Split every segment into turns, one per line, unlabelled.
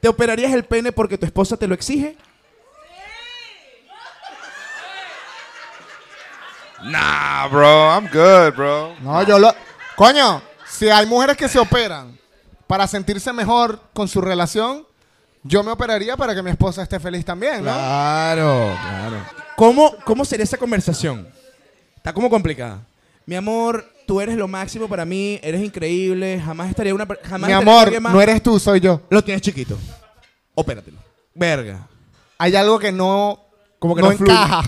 ¿Te operarías el pene porque tu esposa te lo exige?
Nah, bro, I'm good, bro.
No, yo lo. Coño, si hay mujeres que se operan para sentirse mejor con su relación, yo me operaría para que mi esposa esté feliz también, ¿no?
Claro, claro. ¿Cómo, ¿Cómo sería esa conversación? Está como complicada. Mi amor, tú eres lo máximo para mí, eres increíble, jamás estaría una per- jamás
Mi
estaría con
amor,
alguien más.
no eres tú, soy yo.
Lo tienes chiquito. Opératelo. Verga.
Hay algo que no.
Como que
no,
no fluye.
encaja.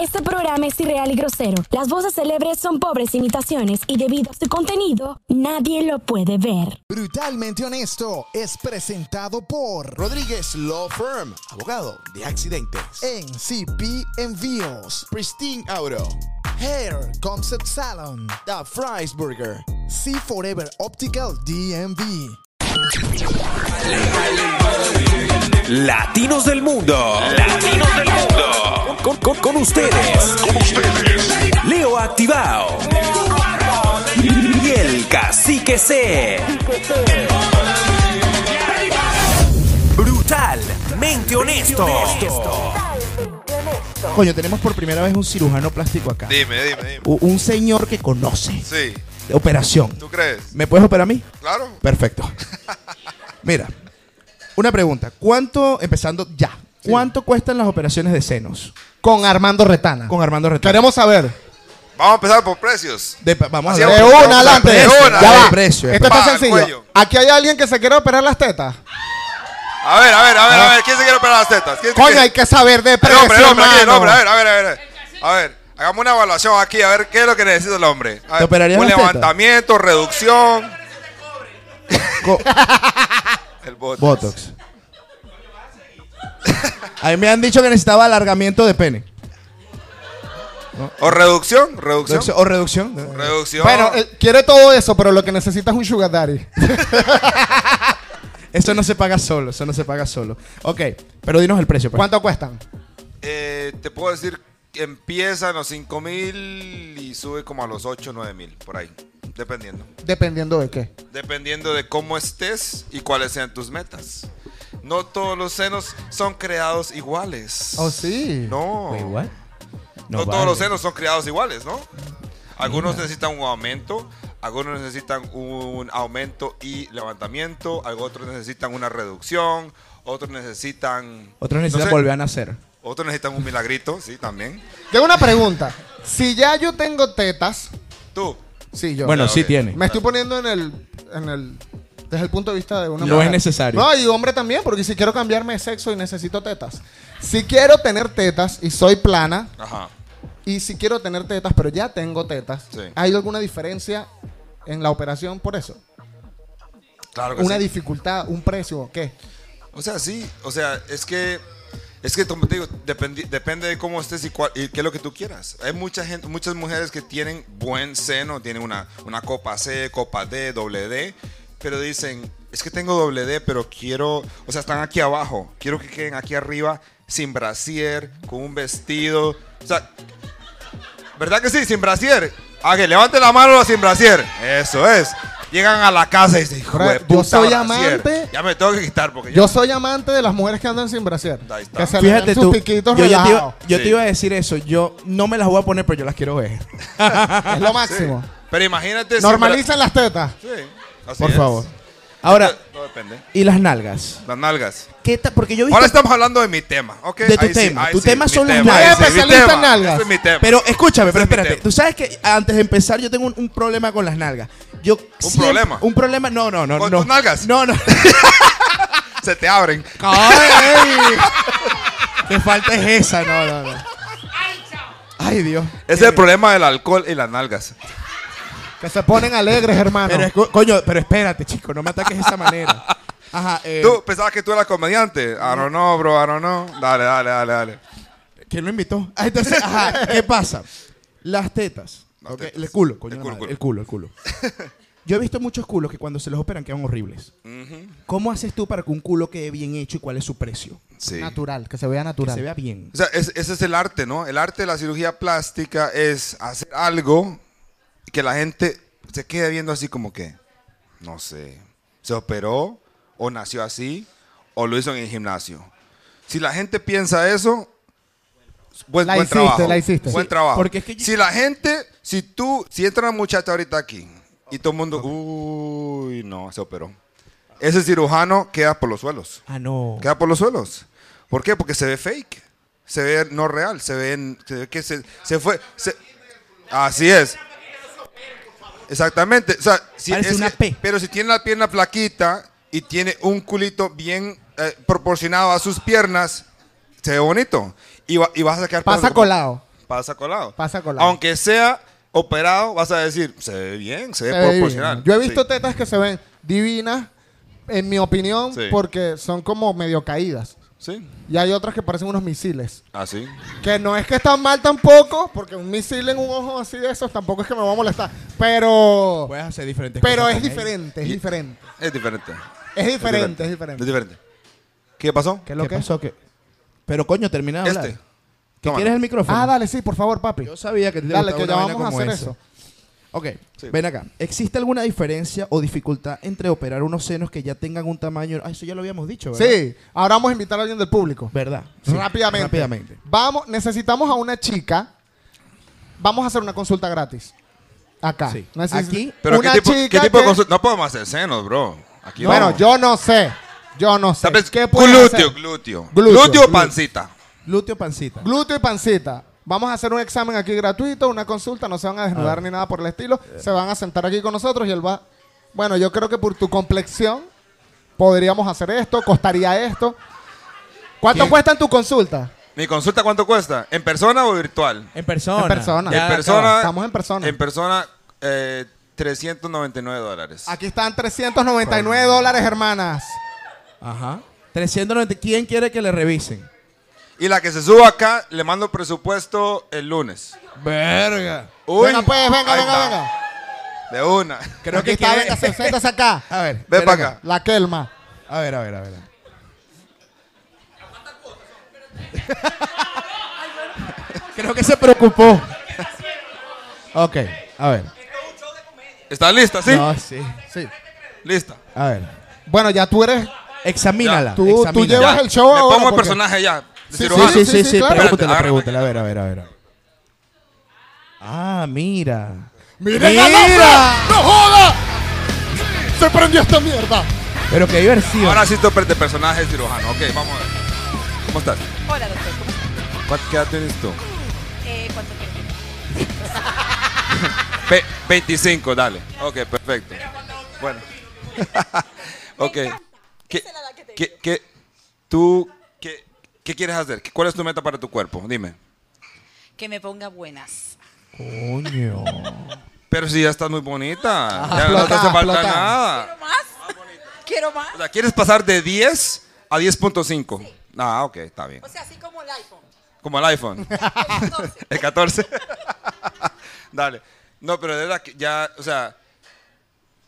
Este programa es irreal y grosero. Las voces célebres son pobres imitaciones y debido a su contenido, nadie lo puede ver.
Brutalmente Honesto es presentado por
Rodríguez Law Firm, abogado de accidentes.
NCP Envíos,
Pristine Auto,
Hair Concept Salon,
The Fries Burger.
See Forever Optical DMV.
Latinos del mundo. Latinos del mundo. Con, con- con ustedes. Leo Activado. Y el cacique C. Brutalmente honesto.
Coño, tenemos por primera vez un cirujano plástico acá.
Dime, dime, dime.
U- Un señor que conoce
Sí,
de operación.
¿tú crees?
¿Me puedes operar a mí?
Claro.
Perfecto. Mira, una pregunta. ¿Cuánto, empezando ya, cuánto cuestan las operaciones de senos
Con Armando Retana.
con Armando Retana?
Queremos saber.
Vamos a empezar por precios.
De- vamos
Así
a ver.
es,
De
Vamos
una,
a
adelante.
precio,
Ya
de
va.
precio,
Esto
pa,
está
al
sencillo.
cuello.
Aquí hay alguien que se quiere operar las tetas.
A ver, a ver, a ver, a ver. ¿Quién se quiere operar las tetas? ¿Quién se
Coño,
quiere?
hay que saber de
El
precio,
hombre, el hombre, aquí, el
hermano.
hombre. A ver, a ver, a ver. A ver, hagamos una evaluación aquí, a ver qué es lo que necesita el hombre. A ver,
¿Te operarías
un
las tetas?
levantamiento, reducción.
Co-
El botox.
Botox. A mí me han dicho que necesitaba alargamiento de pene.
O reducción, reducción.
Reducción- O reducción.
Reducción.
Bueno, eh, quiere todo eso, pero lo que necesita es un sugar daddy.
Eso no se paga solo, eso no se paga solo. Ok, pero dinos el precio. pues.
¿Cuánto cuestan?
Eh, te puedo decir que empieza en los 5 mil y sube como a los 8, 9 mil, por ahí. Dependiendo.
Dependiendo de qué.
Dependiendo de cómo estés y cuáles sean tus metas. No todos los senos son creados iguales.
Oh, sí.
No.
Wait, what?
No, todos
Pues vale.
los senos son creados iguales, ¿no? Algunos necesitan un aumento, algunos necesitan un aumento y levantamiento, otros necesitan una reducción, otros necesitan...
Otros
no
necesitan
sé,
volver a nacer.
Otros necesitan un milagrito, sí, también.
Tengo una pregunta. Si ya yo tengo tetas,
Tú.
sí, yo.
Bueno,
ok,
sí
ok.
tiene.
me estoy poniendo en el, en el. Desde el punto de vista de una
No
mujer.
es necesario.
No, y hombre también, porque si quiero cambiarme de sexo y necesito tetas. Si quiero tener tetas y soy plana,
Ajá.
y si quiero tener tetas, pero ya tengo tetas,
Sí.
¿hay alguna diferencia en la operación por eso?
Claro que
¿Una
sí.
dificultad, un precio, qué?
O sea, sí, o sea, es que es que como te digo, dependi- depende de cómo estés y, cuál- y qué es lo que tú quieras. Hay mucha gente, muchas mujeres que tienen buen seno, tienen una, una copa C, copa D, doble D, pero dicen, es que tengo doble D, pero quiero, o sea, están aquí abajo, quiero que queden aquí arriba sin brasier, con un vestido, o sea, ¿verdad que sí? Sin brasier. Ah, que levante la mano los sin brasier. Eso es. Llegan a la casa y dicen, hijo de
Yo
puta,
soy
brasier.
amante.
Ya me tengo que quitar porque ya
Yo soy amante de las mujeres que andan sin brasier.
Ahí está.
Que se le
Fíjate
ven
tú.
sus piquitos
Yo, ya te,
relajados.
iba, yo te
Sí.
iba a decir eso. Yo no me las voy a poner, pero yo las quiero ver.
Es lo máximo.
Pero imagínate.
Normalizan las tetas.
Sí. así
Por
es.
favor. Ahora,
Todo depende.
y las nalgas.
Las nalgas.
¿Qué ta- Porque yo he visto-
Ahora estamos hablando de mi tema, ¿ok?
De tu
Ahí sí,
tema.
ahí
Tu
sí,
tema
mi
son las
tema.
nalgas.
Ese es mi
Especialista
tema.
en nalgas.
Ese es mi tema.
Pero escúchame, pero
Este, Ese es mi
espérate.
tema.
Tú sabes que antes de empezar yo tengo un, un problema con las nalgas. Yo siempre-
problema?
Un problema. No, no, no.
¿Con
no.
tus nalgas?
No, no.
Se te abren.
¡Ay! Te falta es esa, no, no, no. Ay, Dios.
Ese es el problema del alcohol y las nalgas.
Que se ponen alegres, hermano.
Pero, escu- coño, pero espérate, chico, no me ataques de esa manera. Ajá, eh,
¿Tú pensabas que tú eras comediante? I don't know, bro, I don't know. Dale, dale, dale, dale.
¿quién lo invitó? Ah, entonces, ajá, ¿qué pasa? Las tetas.
Las
ok,
tetas.
El culo, coño,
El
la
culo,
madre, el culo, el culo. Yo he visto muchos culos que cuando se los operan quedan horribles. ¿Cómo haces tú para que un culo quede bien hecho y cuál es su precio?
Sí.
Natural, que se vea
Que
natural.
se vea bien.
O sea, es- ese es el arte, ¿no? El arte de la cirugía plástica es hacer algo que la gente se queda viendo así como que, no sé, se operó o nació así o lo hizo en el gimnasio. Si la gente piensa eso, buen,
La
buen
hiciste,
trabajo.
la hiciste.
Buen
Sí,
trabajo.
porque es que yo-
si la gente, si tú, si entra una muchacha ahorita aquí y todo el mundo, uy, no, se operó. Ese cirujano queda por los suelos
Ah, no.
queda por los suelos. ¿Por qué? Porque se ve fake, se ve no real, se ve, en- se ve que se, se fue. se- así es. Exactamente. O sea, si
Parece
es
una
que-
P.
pero si tiene la pierna plaquita y tiene un culito bien eh, proporcionado a sus piernas, se ve bonito. Y, va- y vas a quedar
Pasa
pensando,
colado.
Pasa colado.
Pasa colado.
Aunque sea operado, vas a decir, se ve bien, se ve
Se ve
proporcional.
divino. Yo he visto
Sí.
tetas que se ven divinas, en mi opinión,
Sí.
porque son como medio caídas.
Sí. Ah,
Y hay otras que parecen unos misiles.
Así.
Que no es que están mal tampoco, porque un misil en un ojo así de esos tampoco es que me va a molestar. Pero.
Puedes hacer diferentes
pero
cosas
es
con
diferente, es
Y-
diferente.
Es diferente.
Es diferente, es diferente.
Es diferente. ¿Qué pasó?
¿Qué es
ello.
lo
¿Qué
que
pasó? ¿Qué? Pero coño, termina de hablar.
Este.
¿Qué
Tómalo.
quieres el micrófono?
Ah, dale, sí, por favor, papi.
Yo sabía que te iba a
Dale,
gustar
que ya
una vaina
vamos a
como
hacer
esa.
eso.
Ok,
Sí.
ven acá. ¿Existe alguna diferencia o dificultad entre operar unos senos que ya tengan un tamaño? Ah, eso ya lo habíamos dicho, ¿verdad?
Sí, ahora vamos a invitar a alguien del público.
¿Verdad? Sí.
Rápidamente.
Rápidamente.
Vamos, necesitamos a una chica. Vamos a hacer una consulta gratis. Acá.
Sí.
Necesi-
Aquí.
Pero
una
¿qué tipo,
chica
qué tipo
que-
de consulta? No podemos hacer senos, bro. Aquí no.
Bueno, yo no sé. Yo no sé.
Tal vez
pueden
glúteo,
hacer?
glúteo,
Glúteo,
glúteo.
glúteo.
o pancita.
Glúteo pancita.
Glúteo y pancita. Vamos a hacer un examen aquí gratuito, una consulta, no se van a
Ah.
desnudar ni nada por el estilo.
Eh.
Se van a sentar aquí con nosotros y él va. Bueno, yo creo que por tu complexión podríamos hacer esto, costaría esto. ¿Cuánto
¿Quién?
cuesta en tu consulta?
¿Mi consulta cuánto cuesta? ¿En persona o virtual?
En persona.
En persona.
Ya
en
acá.
persona.
Estamos en persona.
En persona, eh, 399 dólares.
Aquí están 399 dólares, hermanas.
Ajá. 390. ¿Quién quiere que le revisen?
Y la que se suba acá, le mando presupuesto el lunes.
Verga.
Uy,
venga, pues, venga,
ahí
venga,
está.
venga.
De una.
Creo
aquí
que
está,
quiere-
venga, se- siéntese acá.
A ver.
Ve
ven
para acá.
La Kelma.
A ver, a ver, a ver. Creo que se preocupó. Ok, a ver.
¿Está lista, sí?
No, sí. Sí.
Lista.
A ver.
Bueno, ya tú eres.
Examínala.
Ya,
tú- tú
examínala.
llevas el show
Me
ahora,
pongo el
porque-
personaje ya. de
Sí,
cirujano.
Sí, sí, sí,
sí,
sí,
claro.
pregúntale,
Espérate,
pregúntale, a ver, a ver, a ver, a ver. Ah, mira.
¡No joda! Se prendió esta mierda.
Pero qué divertido.
Ahora sí, tope de personaje cirujano. Ok, vamos a ver. ¿Cómo estás?
Hola, doctor. ¿Cómo está?
¿Cuánto qué edad tienes tú?
Eh, ¿Cuánto tiempo?
Ve- 25, dale. Ok, perfecto. Bueno. ok. ¿Qué,
Esa es la edad que tengo.
qué, qué- tú, qué, qué quieres hacer? ¿Cuál es tu meta para tu cuerpo? Dime.
Que me ponga buenas.
Coño.
Pero si ya estás muy bonita. ya no te
Ah, explota,
hace falta
explota.
nada.
¿Quiero más? ¿Quiero más?
O sea, ¿quieres pasar de 10 a 10.5? Ah, ok, está bien.
O sea, así como el iPhone.
Como el iPhone.
Entonces,
El 14. Dale. No, pero de verdad que ya, o sea,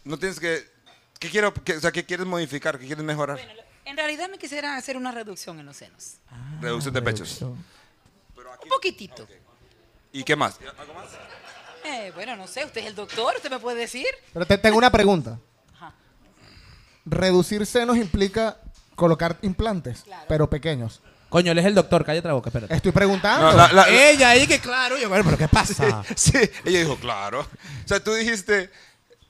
no tienes que. ¿Qué quiero? qué- o sea, ¿qué quieres modificar? ¿Qué quieres mejorar?
bueno, lo- en realidad me quisiera hacer una reducción en los senos.
Reducción de pechos.
Un poquitito.
¿Y qué más?
Eh, bueno, no sé, usted es el doctor, usted me puede decir.
Pero te tengo una pregunta.
Ajá.
Reducir senos implica colocar implantes, pero pequeños.
Coño, él es el doctor, cállate la boca, espérate.
Estoy preguntando.
Ah, No, Eh, la- la-
Ella ahí que claro, yo, bueno, pero ¿qué pasa?
Sí, ella dijo, claro. O sea, tú dijiste,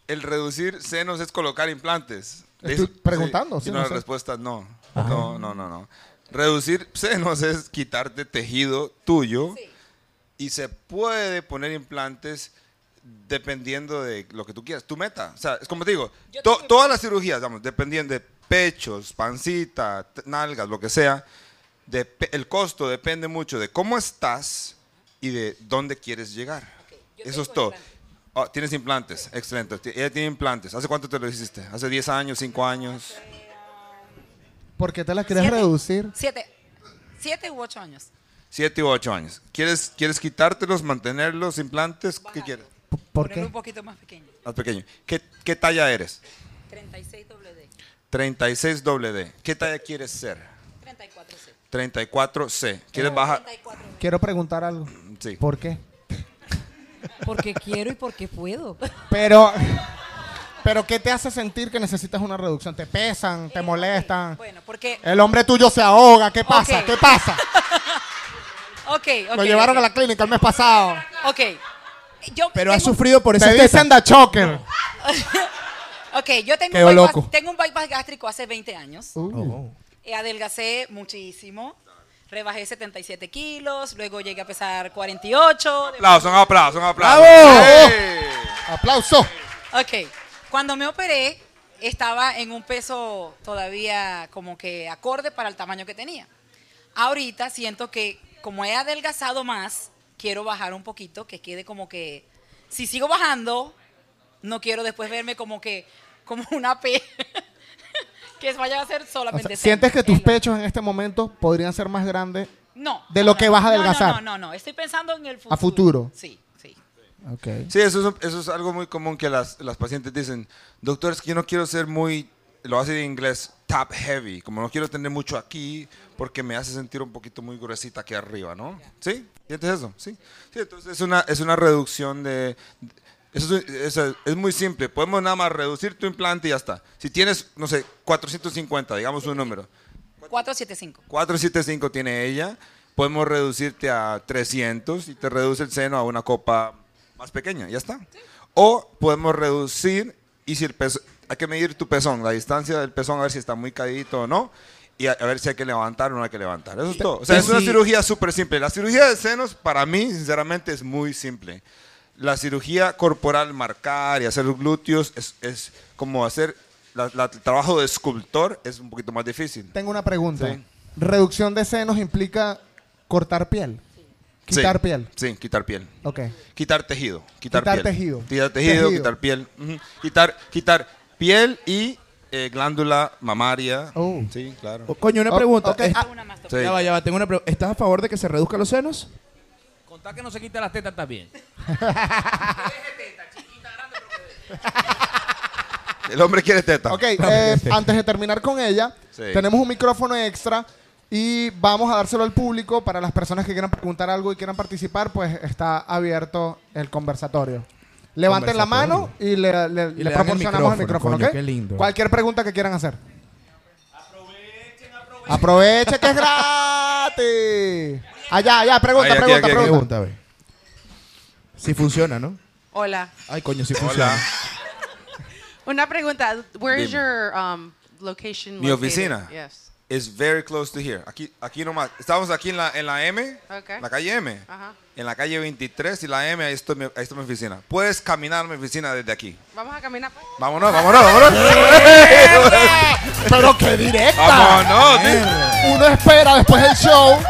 el reducir senos es colocar implantes. Le
Estoy
hizo-
preguntando, sí,
y
no
no, la
sé.
respuesta es no. No, no, no, no. Reducir senos es quitarte tejido tuyo y se puede poner implantes dependiendo de lo que tú quieras, tu meta. O sea, es como te digo,
Yo
to-
tengo-
todas las cirugías, vamos, dependiendo de pechos, pancita, t- nalgas, lo que sea, depe- el costo depende mucho de cómo estás y de dónde quieres llegar.
yo
Eso es
tengo
todo.
implantes.
Ah, Tienes implantes, excelente. Ti- Ella tiene implantes. ¿Hace cuánto te lo hiciste? ¿Hace 10 años, 5 años?
¿Por qué te las quieres
Siete.
reducir?
Siete, siete u ocho años.
7 u 8 años. ¿Quieres, ¿Quieres quitártelos, mantenerlos, implantes? ¿Qué quieres?
P- ¿Por
Ponerlo
qué?
un poquito más pequeño.
Más pequeño. ¿Qué, qué talla eres?
36 WD.
36 WD. ¿Qué talla quieres ser?
34 C.
34C. ¿Quieres bajar?
34
Quiero preguntar algo.
Sí.
¿Por qué?
Porque quiero y porque puedo.
Pero, pero ¿qué te hace sentir que necesitas una reducción? ¿Te pesan? ¿Te molestan?
Eh,
Eh,
Bueno, porque.
El hombre tuyo se ahoga. ¿Qué pasa?
Ok.
¿Qué pasa?
Ok, ok.
Lo llevaron
ok.
a la clínica el mes pasado.
Ok. Yo
Pero has
tengo-
sufrido por esa
Te dicen da choker.
Ok, yo tengo
Quedó
un, bypass,
loco.
tengo un bypass gástrico hace 20 años. Eh, Adelgacé muchísimo. Rebajé 77 kilos. Luego llegué a pesar 48. de-
Aplausos, un aplauso, un aplauso.
¡Bravo!
¡Eh!
Aplauso.
Ok. Cuando me operé, estaba en un peso todavía como que acorde para el tamaño que tenía. Ahorita siento que como he adelgazado más, quiero bajar un poquito, que quede como que si sigo bajando, no quiero después verme como que como una P. que vaya a ser
O sea,
solamente
¿Sientes que tus
pechos
pechos en este momento podrían ser más grandes?
No.
de lo
no,
que
no,
vas a
no, no,
adelgazar?
No, no, no, Estoy pensando en el futuro.
A futuro.
Sí, sí.
Ok.
Sí, eso es, un- eso es algo muy común que las, las pacientes dicen, doctor, es que yo no quiero ser muy, lo hace en inglés, top heavy, como no quiero tener mucho aquí porque me hace sentir un poquito muy gruesita aquí arriba, ¿no? ¿Sí? ¿Sientes eso? Sí. Sí, entonces es una, es una reducción de... Eso es, eso es muy simple, podemos nada más reducir tu implante y ya está. Si tienes, no sé, 450, digamos un número,
475.
475 tiene ella, podemos reducirte a 300 y te reduce el seno a una copa más pequeña, ya está. O podemos reducir y si el peso, hay que medir tu pezón, la distancia del pezón, a ver si está muy caído o no. Y a, a ver si hay que levantar o no hay que levantar. Eso es todo. O sea, es una cirugía súper simple. La cirugía de senos, para mí, sinceramente, es muy simple. La cirugía corporal, marcar y hacer los glúteos, es, es como hacer la- la- el trabajo de escultor, es un poquito más difícil.
Tengo una pregunta.
Sí.
¿Reducción de senos implica cortar piel?
Sí.
¿Quitar piel?
Sí, quitar piel.
Ok.
Quitar tejido. Quitar,
Quitar
piel.
tejido.
Quitar tejido,
Tejido.
quitar piel. Ujú. Quitar, quitar piel y eh, glándula mamaria.
Oh.
Sí, claro.
Oh, Coño, una
Oh,
pregunta.
ok,
Est-
ah,
Una más
Sí.
Ya va, ya va, tengo una pregunta. ¿Estás a favor de que se reduzcan los senos?
Contá que no se quita las tetas también.
El hombre quiere teta.
Ok, eh, antes de terminar con ella,
Sí.
tenemos un micrófono extra y vamos a dárselo al público para las personas que quieran preguntar algo y quieran participar, pues está abierto el conversatorio. Levanten la mano y le, le- le
le dan el
proporcionamos el micrófono,
micrófono, coño,
¿ok?
qué lindo.
Cualquier pregunta que quieran hacer. Aprovechen, aprovechen. que es gratis. Allá, allá, pregunta,
Ahí, aquí,
pregunta,
aquí, aquí.
pregunta.
Pregunta, a ver. Si funciona, ¿no?
Hola.
Ay, coño, si funciona.
Hola.
Una pregunta. Where
is Dime.
your um, location?
Mi oficina. It's very close to here. Aquí, aquí nomás. Estamos aquí en la, en la M,
Ok.
la calle M.
Ajá.
En la calle 23 y la M, ahí está, mi, ahí está mi oficina. Puedes caminar a mi oficina desde aquí.
Vamos a caminar.
Vámonos, vámonos, vámonos.
Pero qué directa.
vámonos. tío.
Uno espera después del show,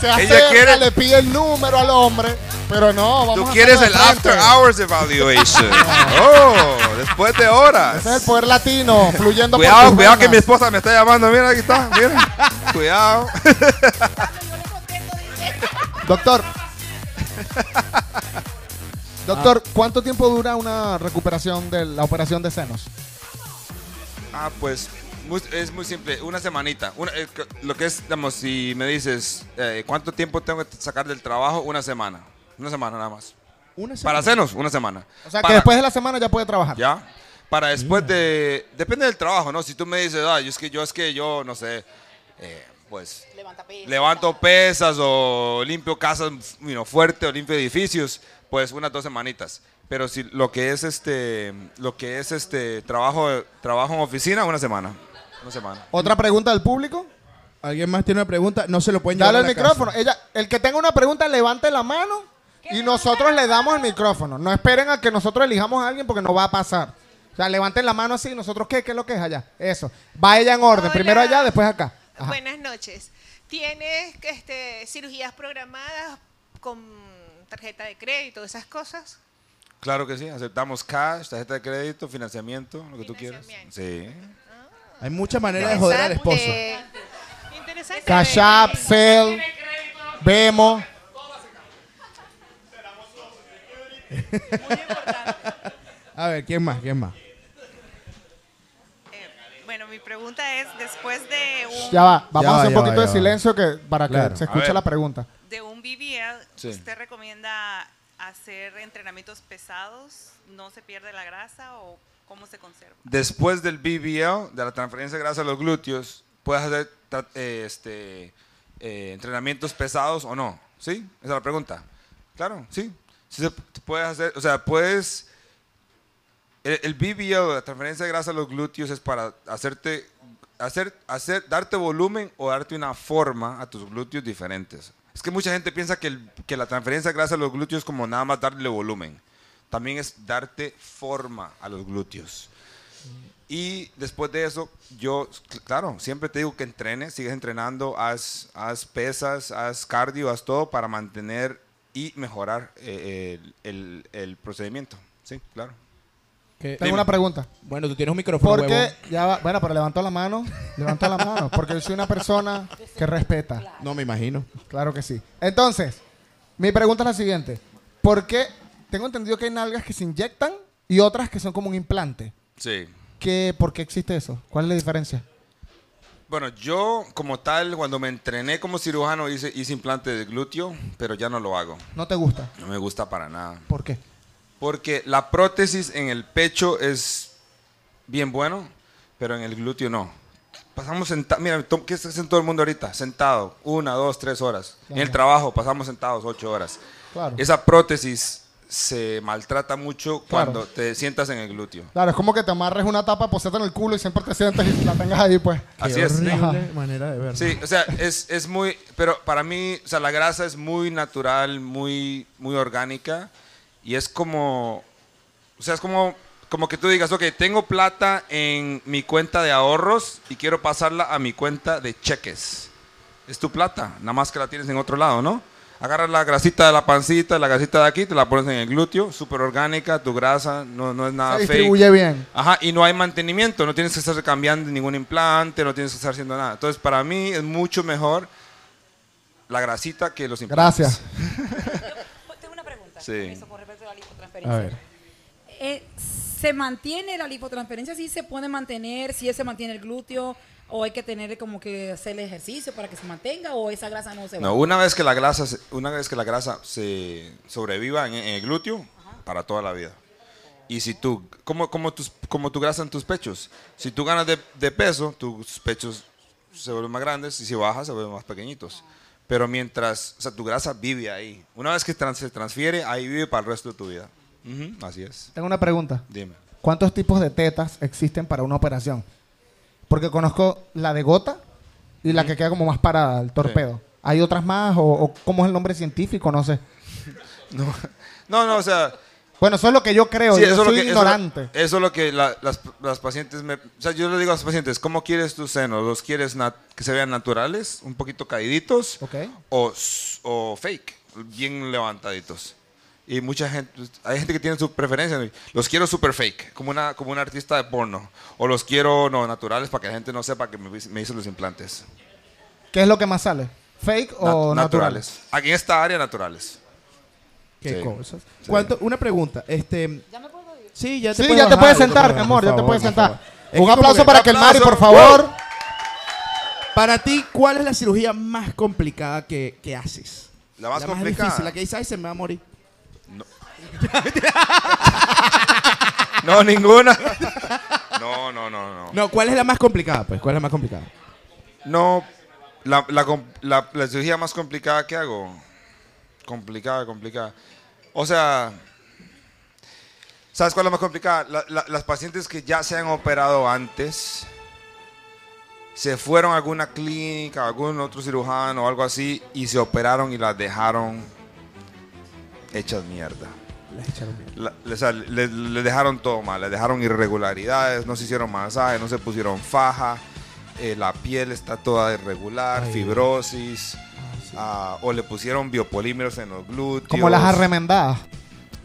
se acerca,
quiere-
le pide el número al hombre, pero no, vamos
Tú
a
quieres el
hacerlo de frente.
after hours evaluation. oh, después de horas.
Ese es el poder latino, fluyendo
Cuidado,
por tus
cuidado que mi
venas.
esposa me está llamando. Mira, aquí está. Mira. cuidado.
Doctor. Doctor, ¿cuánto tiempo dura una recuperación de la operación de senos?
Ah, pues mu- es muy simple. Una semanita. Una- eh, c- lo que es, digamos, si me dices eh, cuánto tiempo tengo que sacar del trabajo, una semana. Una semana nada más.
Una semana.
Para senos, una semana.
O sea, que
Para-
después Mm. de la semana ya puede trabajar.
¿Ya? Para después de... Depende del trabajo, ¿no? Si tú me dices, ah, yo es que yo, es que yo, no sé, eh, pues...
Levanta pesas.
Levanto pesas o limpio casas you know, fuerte o limpio edificios, pues unas dos semanitas. Pero si lo que es este, lo que es este trabajo, trabajo en oficina, una semana. Una semana.
Otra pregunta del público.
¿Alguien más tiene una pregunta? No se lo pueden llevar
Dale
a
el
la
micrófono.
casa.
Ella, el que tenga una pregunta, levante la mano y nosotros le damos el micrófono. No esperen a que nosotros elijamos a alguien porque no va a pasar. O sea, levanten la mano así. ¿Nosotros qué? ¿Qué es lo que es allá? Eso. Va ella en orden.
Hola.
Primero allá, después acá. Ajá.
Buenas noches. ¿Tienes este, cirugías programadas con tarjeta de crédito, esas cosas?
Claro que sí, aceptamos cash, tarjeta de crédito, financiamiento, lo que tú quieras.
Financiamiento.
Sí.
Hay muchas maneras de joder al esposo.
Eh,
este
Interesante.
Cash App, Cell, Vemo.
A ver, ¿quién más? ¿Quién más?
eh, Bueno, mi pregunta es, después de un,
Ya va. Vamos
Ya
a
va,
hacer
ya
un poquito
va,
de
ya va.
silencio que, para que
Claro.
se
A
escuche
ver.
la pregunta.
de un BBL,
Sí.
¿usted recomienda hacer entrenamientos pesados, no se pierde la grasa o cómo se conserva.
Después del BBL, de la transferencia de grasa a los glúteos, puedes hacer tra- eh, este, eh, entrenamientos pesados o no. ¿Sí? Esa es la pregunta. Claro, sí. Sí se p- puedes hacer, o sea, puedes... El, el BBL, la transferencia de grasa a los glúteos, es para hacerte, hacer, hacer, darte volumen o darte una forma a tus glúteos diferentes. Es que mucha gente piensa que, el- que la transferencia de grasa a los glúteos es como nada más darle volumen. También es darte forma a los glúteos. Y después de eso, yo, cl- claro, siempre te digo que entrenes, sigues entrenando, haz, haz pesas, haz cardio, haz todo para mantener y mejorar eh, el, el- el procedimiento. Sí, claro.
Tengo una pregunta.
Bueno, tú tienes un micrófono.
Porque
huevón.
ya va- bueno, pero levantó la mano, levantó la mano, porque yo soy una persona que respeta.
No me imagino.
Claro que sí. Entonces, mi pregunta es la siguiente. ¿Por qué tengo entendido que hay nalgas que se inyectan y otras que son como un implante?
Sí.
¿Qué, ¿Por qué existe eso? ¿Cuál es la diferencia?
Bueno, yo como tal, cuando me entrené como cirujano, hice, hice implante de glúteo, pero ya no lo hago.
¿No te gusta?
No me gusta para nada.
¿Por qué?
Porque la prótesis en el pecho es bien bueno, pero en el glúteo no. Pasamos sentados, mira, to- ¿qué está haciendo todo el mundo ahorita? Sentado, una, dos, tres horas. En el
Claro.
trabajo pasamos sentados ocho horas.
Claro.
Esa prótesis se maltrata mucho
Claro.
cuando te sientas en el glúteo.
Claro, es como que te amarres una tapa, poseta en el culo y siempre te sientas y la tengas ahí, pues.
Así es.
Ajá.
manera de ver.
Sí, o sea, es, es muy, pero para mí, o sea, la grasa es muy natural, muy, muy orgánica y es como, o sea, es como, como que tú digas, ok, tengo plata en mi cuenta de ahorros y quiero pasarla a mi cuenta de cheques. Es tu plata, nada más que la tienes en otro lado, ¿no? Agarras la grasita de la pancita, la grasita de aquí, te la pones en el glúteo, súper orgánica, tu grasa, no, no es nada
Se
fake.
distribuye bien.
Ajá, y no hay mantenimiento, no tienes que estar cambiando ningún implante, no tienes que estar haciendo nada. Entonces, para mí es mucho mejor la grasita que los implantes.
Gracias.
Pues
Tengo una pregunta.
Sí.
con Eso con respecto a la lipotransferencia.
A ver.
Eh, ¿Se mantiene la lipotransferencia? ¿Sí se puede mantener? ¿Si se mantiene el glúteo? ¿O hay que tener como que hacer el ejercicio para que se mantenga? ¿O esa grasa no se va?
No, una vez que la grasa, se- una vez que la grasa se sobreviva en, en el glúteo, para toda la vida. Y si tú, como, como, tus, como tu grasa en tus pechos, si tú ganas de, de peso, tus pechos se vuelven más grandes y si bajas se vuelven más pequeñitos. Pero mientras, o sea, tu grasa vive ahí. Una vez que trans- se transfiere, ahí vive para el resto de tu vida. Ujú, así es.
Tengo una pregunta.
Dime.
¿Cuántos tipos de tetas existen para una operación? Porque conozco la de gota y la que queda como más parada, el torpedo. ¿Hay otras más o, o cómo es el nombre científico? No sé.
No, no, no, o sea,
Bueno, eso es lo que yo creo.
Sí,
yo
eso es lo
soy
que- eso es lo-
ignorante.
Eso, es lo que la- las, las pacientes me... O sea, yo le digo a las pacientes, ¿cómo quieres tus senos? ¿Los quieres nat- que se vean naturales, un poquito caíditos?
Ok.
O, s- o fake, bien levantaditos. Y mucha gente, pues, hay gente que tiene su preferencia. Los quiero super fake, como una, como un artista de porno. O los quiero no naturales para que la gente no sepa que me, hice- me hice los implantes.
¿Qué es lo que más sale? ¿Fake o
Nat-
natural?
Aquí en esta área, naturales.
Qué
Sí.
cosas. ¿Cuánto- una pregunta. Este, ¿Ya me puedo ir? Sí, ya te
Sí,
puedes
ya te
bajar,
puedes
por
sentar,
favor,
mi amor,
por
ya te
favor,
puedes
por
sentar.
favor. Es
Un
como
aplauso
que-
para que el Mari, por favor.
Para ti, ¿cuál es la cirugía más complicada que, que haces?
La más
Más
complicada.
difícil, la que dices, ay, se me va a morir.
No, ninguna. No, no, no, no.
No, ¿cuál es la más complicada? Pues, ¿cuál es la más complicada?
No, la, la, com- la- la cirugía más complicada que hago. Complicada, complicada. O sea, ¿sabes cuál es la más complicada? La- la- las pacientes que ya se han operado antes, se fueron a alguna clínica, a algún otro cirujano o algo así, y se operaron y las dejaron hechas mierda. La- o sea, le, le dejaron todo mal, le dejaron irregularidades, no se hicieron masajes, no se pusieron faja, eh, la piel está toda irregular,
Ay.
fibrosis, ah, o le pusieron biopolímeros en los glúteos.
Como las arremendadas.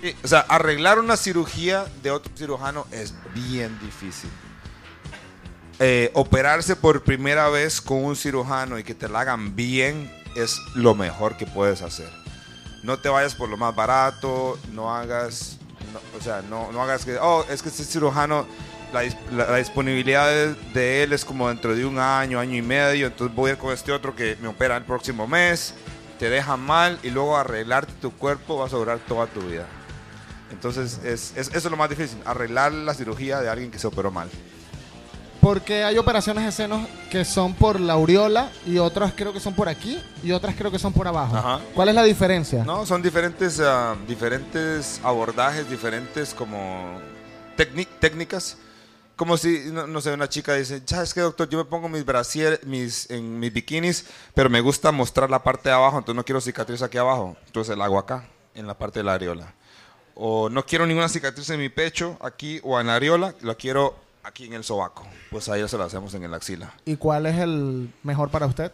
Sí, O sea, arreglar una cirugía de otro cirujano es bien difícil. Eh, operarse por primera vez con un cirujano y que te la hagan bien es lo mejor que puedes hacer. No te vayas por lo más barato, no hagas, no- o sea, no, no hagas que, oh, es que este cirujano, la, dis- la- la disponibilidad de, de él es como dentro de un año, año y medio, entonces voy a ir con este otro que me opera el próximo mes. Te te deja mal y luego arreglarte tu cuerpo vas a durar toda tu vida. Entonces, es, es- eso es lo más difícil, arreglar la cirugía de alguien que se operó mal.
Porque hay operaciones de senos que son por la aureola y otras creo que son por aquí y otras creo que son por abajo.
Ajá.
¿Cuál es la diferencia?
No, son diferentes, ah, diferentes abordajes, diferentes como técnic- técnicas. Como si, no, no sé, una chica dice, ¿sabes qué, doctor? Yo me pongo mis brasier, mis, en mis bikinis, pero me gusta mostrar la parte de abajo, entonces no quiero cicatriz aquí abajo. Entonces la hago acá, en la parte de la areola. O no quiero ninguna cicatriz en mi pecho, aquí o en la areola, lo quiero aquí en el sobaco. Pues ahí se lo hacemos en el axila.
¿Y cuál es el mejor para usted?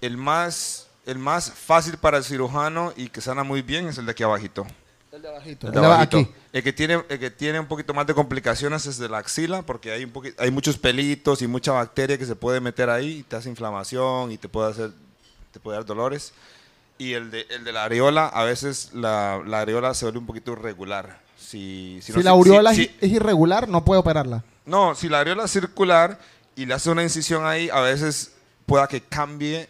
El más, el más fácil para el cirujano y que sana muy bien es el de aquí abajito.
El de abajito.
El
El
de
de
abajito.
aquí.
El que tiene, el que tiene un poquito más de complicaciones es de la axila, porque hay un poqui- hay muchos pelitos y mucha bacteria que se puede meter ahí y te hace inflamación y te puede hacer, te puede dar dolores. Y el de, el de la areola, a veces la, la areola se vuelve un poquito irregular. Si,
Si,
no-
la aureola
si-
es, es irregular, no puede operarla.
no, si la areola es circular y le hace una incisión ahí, a veces pueda que cambie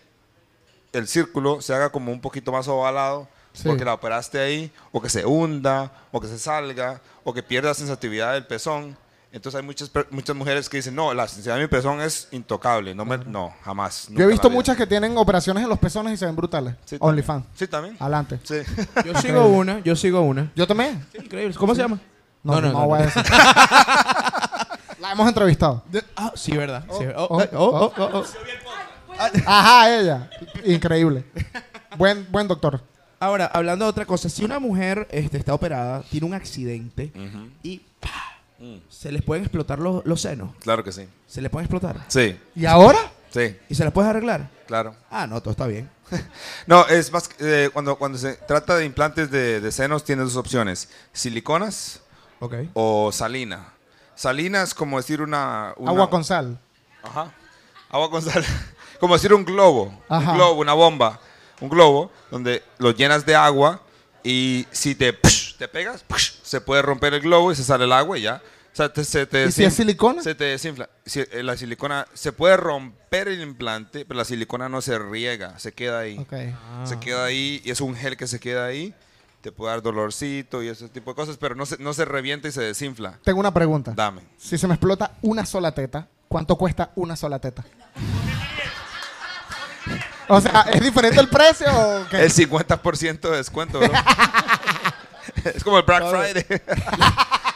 el círculo, se haga como un poquito más ovalado, porque la operaste ahí, o que se hunda, o que se salga, o que pierda la sensitividad del pezón. Entonces hay muchas, per- muchas mujeres que dicen, no, la sensibilidad de mi pezón es intocable, no, me- no jamás. nunca
Yo he
en
visto
la vida".
muchas que tienen operaciones en los pezones y se ven brutales.
Sí, también.
OnlyFans.
Sí, también.
Adelante.
Sí.
Yo sigo una, yo sigo una.
¿Yo también?
Increíble. ¿Cómo se llama?
No, no, no voy a decir. La hemos entrevistado.
De- ah, sí, verdad. sí, oh,
oh,
eh, oh,
oh,
oh, oh.
Ajá, ella. Increíble. Buen, buen doctor.
Ahora, hablando de otra cosa, si una mujer este, está operada, tiene un accidente y ¡pah! se les pueden explotar los, los senos.
Claro que sí.
Se les pueden explotar.
Sí,
¿Y ahora?
sí,
¿Y se las puedes arreglar?
claro.
Ah, no, todo está bien.
No, es más, que- eh, cuando, cuando se trata de implantes de, de senos, tiene dos opciones, siliconas
Ok.
o salina. Salina es como decir una... una-
Agua con sal.
Ajá. Agua con sal. Como decir un globo.
Ajá.
Un globo, una bomba. Un globo donde lo llenas de agua y si te, te pegas, se puede romper el globo y se sale el agua y ya. O sea, te- se te
¿Y si
desin-
es silicona?
Se te desinfla. Si- eh, la silicona se puede romper el implante, pero la silicona no se riega, se queda ahí.
Ok. Ah.
Se queda ahí y es un gel que se queda ahí. Te puede dar dolorcito y ese tipo de cosas, pero no se, no se revienta y se desinfla.
Tengo una pregunta.
Dame.
Si se me explota una sola teta, ¿cuánto cuesta una sola teta? O sea, ¿es diferente el precio o qué?
El 50% de descuento, bro. es como el Black Friday.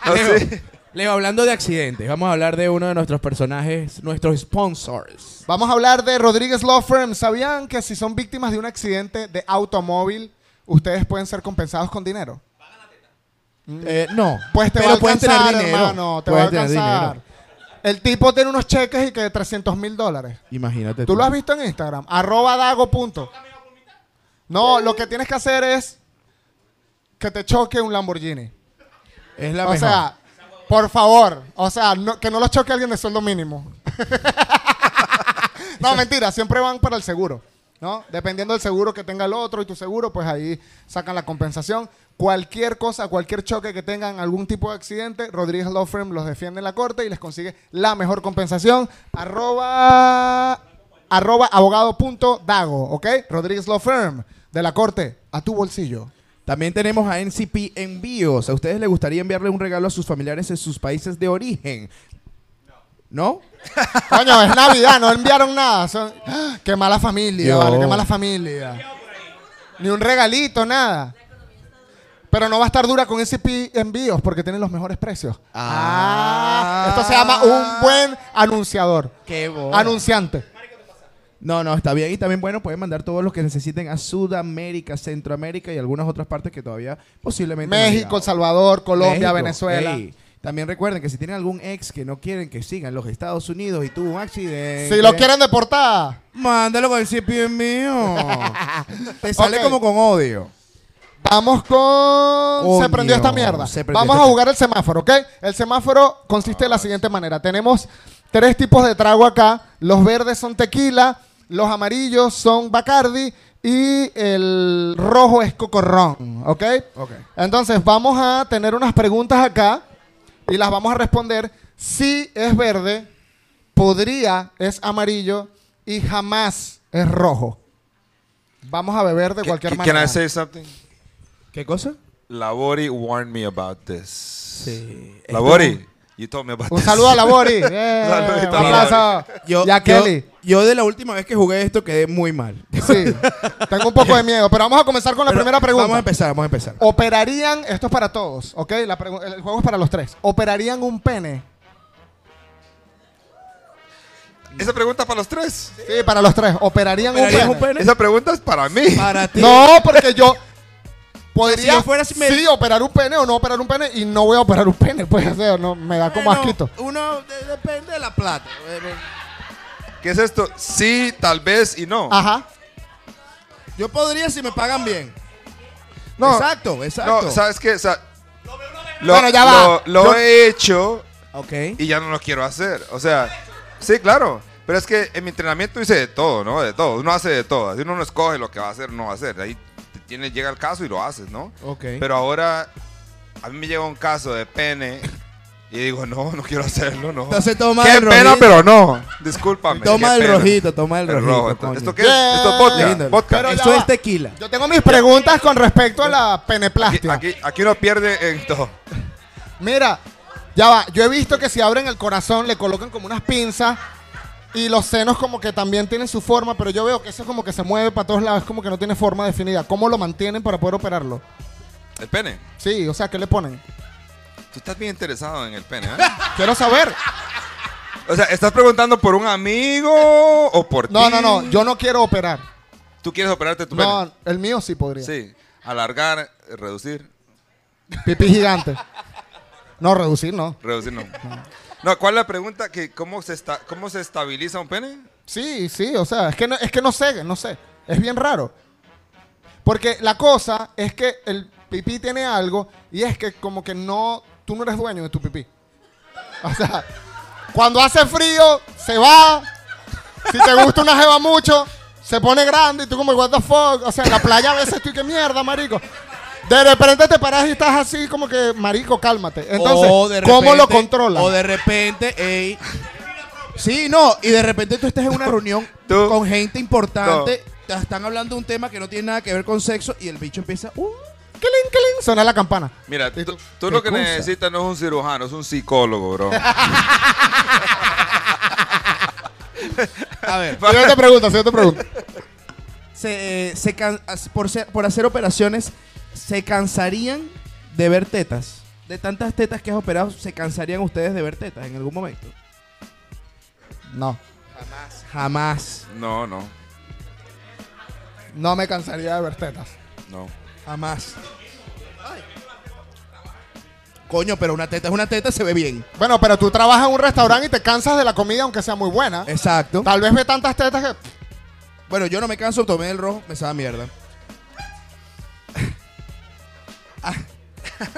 No
Leo,
sé.
Leo, hablando de accidentes, vamos a hablar de uno de nuestros personajes, nuestros sponsors.
Vamos a hablar de Rodríguez Law Firm. ¿Sabían que si son víctimas de un accidente de automóvil, ustedes pueden ser compensados con dinero?
Eh, no,
Pues te
pero
va a
pueden
alcanzar,
tener dinero.
hermano. Te va a
Pueden tener
alcanzar.
dinero.
El tipo tiene unos cheques y que de 300 mil dólares.
Imagínate.
¿Tú lo has visto en Instagram? Arroba dago. punto. No, lo que tienes que hacer es que te choque un Lamborghini.
Es la
O
mejor.
sea, por favor. O sea, no- que no los choque alguien de sueldo mínimo. no, mentira. Siempre van para el seguro. ¿No? Dependiendo del seguro que tenga el otro y tu seguro, pues ahí sacan la compensación. Cualquier cosa, cualquier choque que tengan, algún tipo de accidente, Rodríguez Law Firm los defiende en la corte y les consigue la mejor compensación. Arroba, arroba abogado.dago, ¿ok? Rodríguez Law Firm, de la corte, a tu bolsillo.
También tenemos a NCP Envíos. ¿A ustedes les gustaría enviarle un regalo a sus familiares en sus países de origen? ¿No?
Coño, es Navidad, no enviaron nada. Son- ¡Ah! Qué mala familia,
Yo.
vale, qué mala familia. Ni un regalito, nada. Pero no va a estar dura con SP envíos porque tienen los mejores precios. Ah, esto se llama un buen anunciador.
¡Qué
Anunciante.
No, no, está bien. Y también, bueno, pueden mandar todos los que necesiten a Sudamérica, Centroamérica y algunas otras partes que todavía posiblemente... no han
México, El
llegado.
Salvador, Colombia,
México,
Venezuela.
ey. También recuerden que si tienen algún ex que no quieren que siga en los Estados Unidos y tuvo un accidente...
Si lo quieren deportar,
Mándalo con el CPU mío. Te sale
Ok.
como con odio.
vamos con... se
Coño,
prendió esta mierda.
se prendió
Vamos
esta-
a jugar el semáforo, ¿ok? El semáforo consiste de la siguiente manera. Tenemos tres tipos de trago acá. Los verdes son tequila, los amarillos son Bacardi y el rojo es cocorrón, ¿ok?
Ok.
Entonces vamos a tener unas preguntas acá y las vamos a responder. Si es verde, podría es amarillo y jamás es rojo. Vamos a beber de cualquier
Can
manera.
I say something?
¿Qué cosa?
Labori warned me about this. Sí.
esto-
Labori, you told me about
Un
this.
saludo a Labori.
Un
Eh,
saludito a
un
Labori.
abrazo.
Yo,
Y a Kelly.
Yo, yo de la última vez que jugué esto quedé muy mal.
Sí. Tengo un poco de miedo, pero vamos a comenzar con la
Pero
primera pregunta.
Vamos a empezar, vamos a empezar.
¿Operarían, esto es para todos, ok? La pregu- el juego es para los tres. ¿Operarían un pene?
Esa pregunta para los tres.
Sí, para los tres. ¿Operarían,
¿Operarías
un
un
pene?
pene?
Esa pregunta es para mí.
Para ti.
No, porque yo podría
Si yo fuera así, me-
sí operar un pene o no operar un pene y no voy a operar un pene, pues o sea, no, me
Ah,
da como
Bueno,
asquito.
Uno de- depende de la plata. Eh,
¿Qué es esto? Sí, tal vez y no.
Ajá.
Yo podría si me pagan bien.
No.
exacto, exacto.
No, ¿sabes qué? O sea, lo,
Bueno, ya va.
lo- lo
Yo-
he hecho
ok.
y ya no lo quiero hacer. O sea, sí, claro. Pero es que en mi entrenamiento hice de todo, ¿no? De todo. Uno hace de todo. Así uno no escoge lo que va a hacer o no va a hacer. Ahí te tiene, llega el caso y lo haces, ¿no?
Ok.
Pero ahora a mí me llega un caso de pene y digo, no, no quiero hacerlo, no.
Entonces toma
Qué
el
pena,
rojito.
pero no. Discúlpame.
Toma
qué
el
pena.
rojito, toma el rojito,
rojo. Esto-
coño.
¿Esto qué es? Esto es
Lindo.
vodka. vodka.
Pero
Esto
ya
es
va.
tequila.
Yo tengo mis preguntas con respecto a la
Aquí,
peneplastia.
aquí, aquí uno pierde en todo.
Mira, ya va. Yo he visto que si abren el corazón le colocan como unas pinzas y los senos como que también tienen su forma, pero yo veo que eso como que se mueve para todos lados, como que no tiene forma definida. ¿Cómo lo mantienen para poder operarlo?
El pene.
Sí, o sea, ¿qué le ponen?
Tú estás bien interesado en el pene, ¿eh?
Quiero saber.
O sea, ¿estás preguntando por un amigo o por
No,
ti?
no, no. Yo no quiero operar.
¿Tú quieres operarte tu
No, el mío sí podría.
pene? Sí. Alargar, reducir.
Pipí gigante. No, reducir no.
Reducir no. No, ¿cuál es la pregunta? ¿Que cómo, se esta- ¿Cómo se estabiliza un pene?
Sí, sí, o sea, es que no, es que no sé, no sé. Es bien raro. Porque la cosa es que el pipí tiene algo y es que como que no, tú no eres dueño de tu pipí. O sea, cuando hace frío, se va. Si te gusta una jeva mucho, se pone grande y tú como, what the fuck. O sea, en la playa a veces estoy que mierda, marico. De repente te paras y estás así como que, marico, cálmate. Entonces,
O Oh, de
¿cómo lo
repente-
controlas?
O de repente, ey. Sí, no, y de repente tú estás en una reunión
Tú.
con gente importante, te están hablando de un tema que no tiene nada que ver con sexo y el bicho empieza, uh,
Cling, cling, suena la campana.
Mira,
Y
tú,
¿qué
tú lo que
cosa?
necesitas no es un cirujano, es un psicólogo, bro.
a ver,
Siguiente pregunta, siguiente pregunta.
se, eh, se can- as- por, ser- por hacer operaciones, ¿se cansarían de ver tetas? De tantas tetas que has operado, ¿se cansarían ustedes de ver tetas en algún momento?
No.
Jamás,
No, no,
No me cansaría de ver tetas.
no.
jamás. Coño, pero una teta es una teta, se ve bien.
Bueno, pero tú trabajas en un restaurante y te cansas de la comida, aunque sea muy buena.
Exacto.
Tal vez ve tantas tetas que.
Bueno, yo no me canso, tomé el rojo, me sabe a mierda. Ah.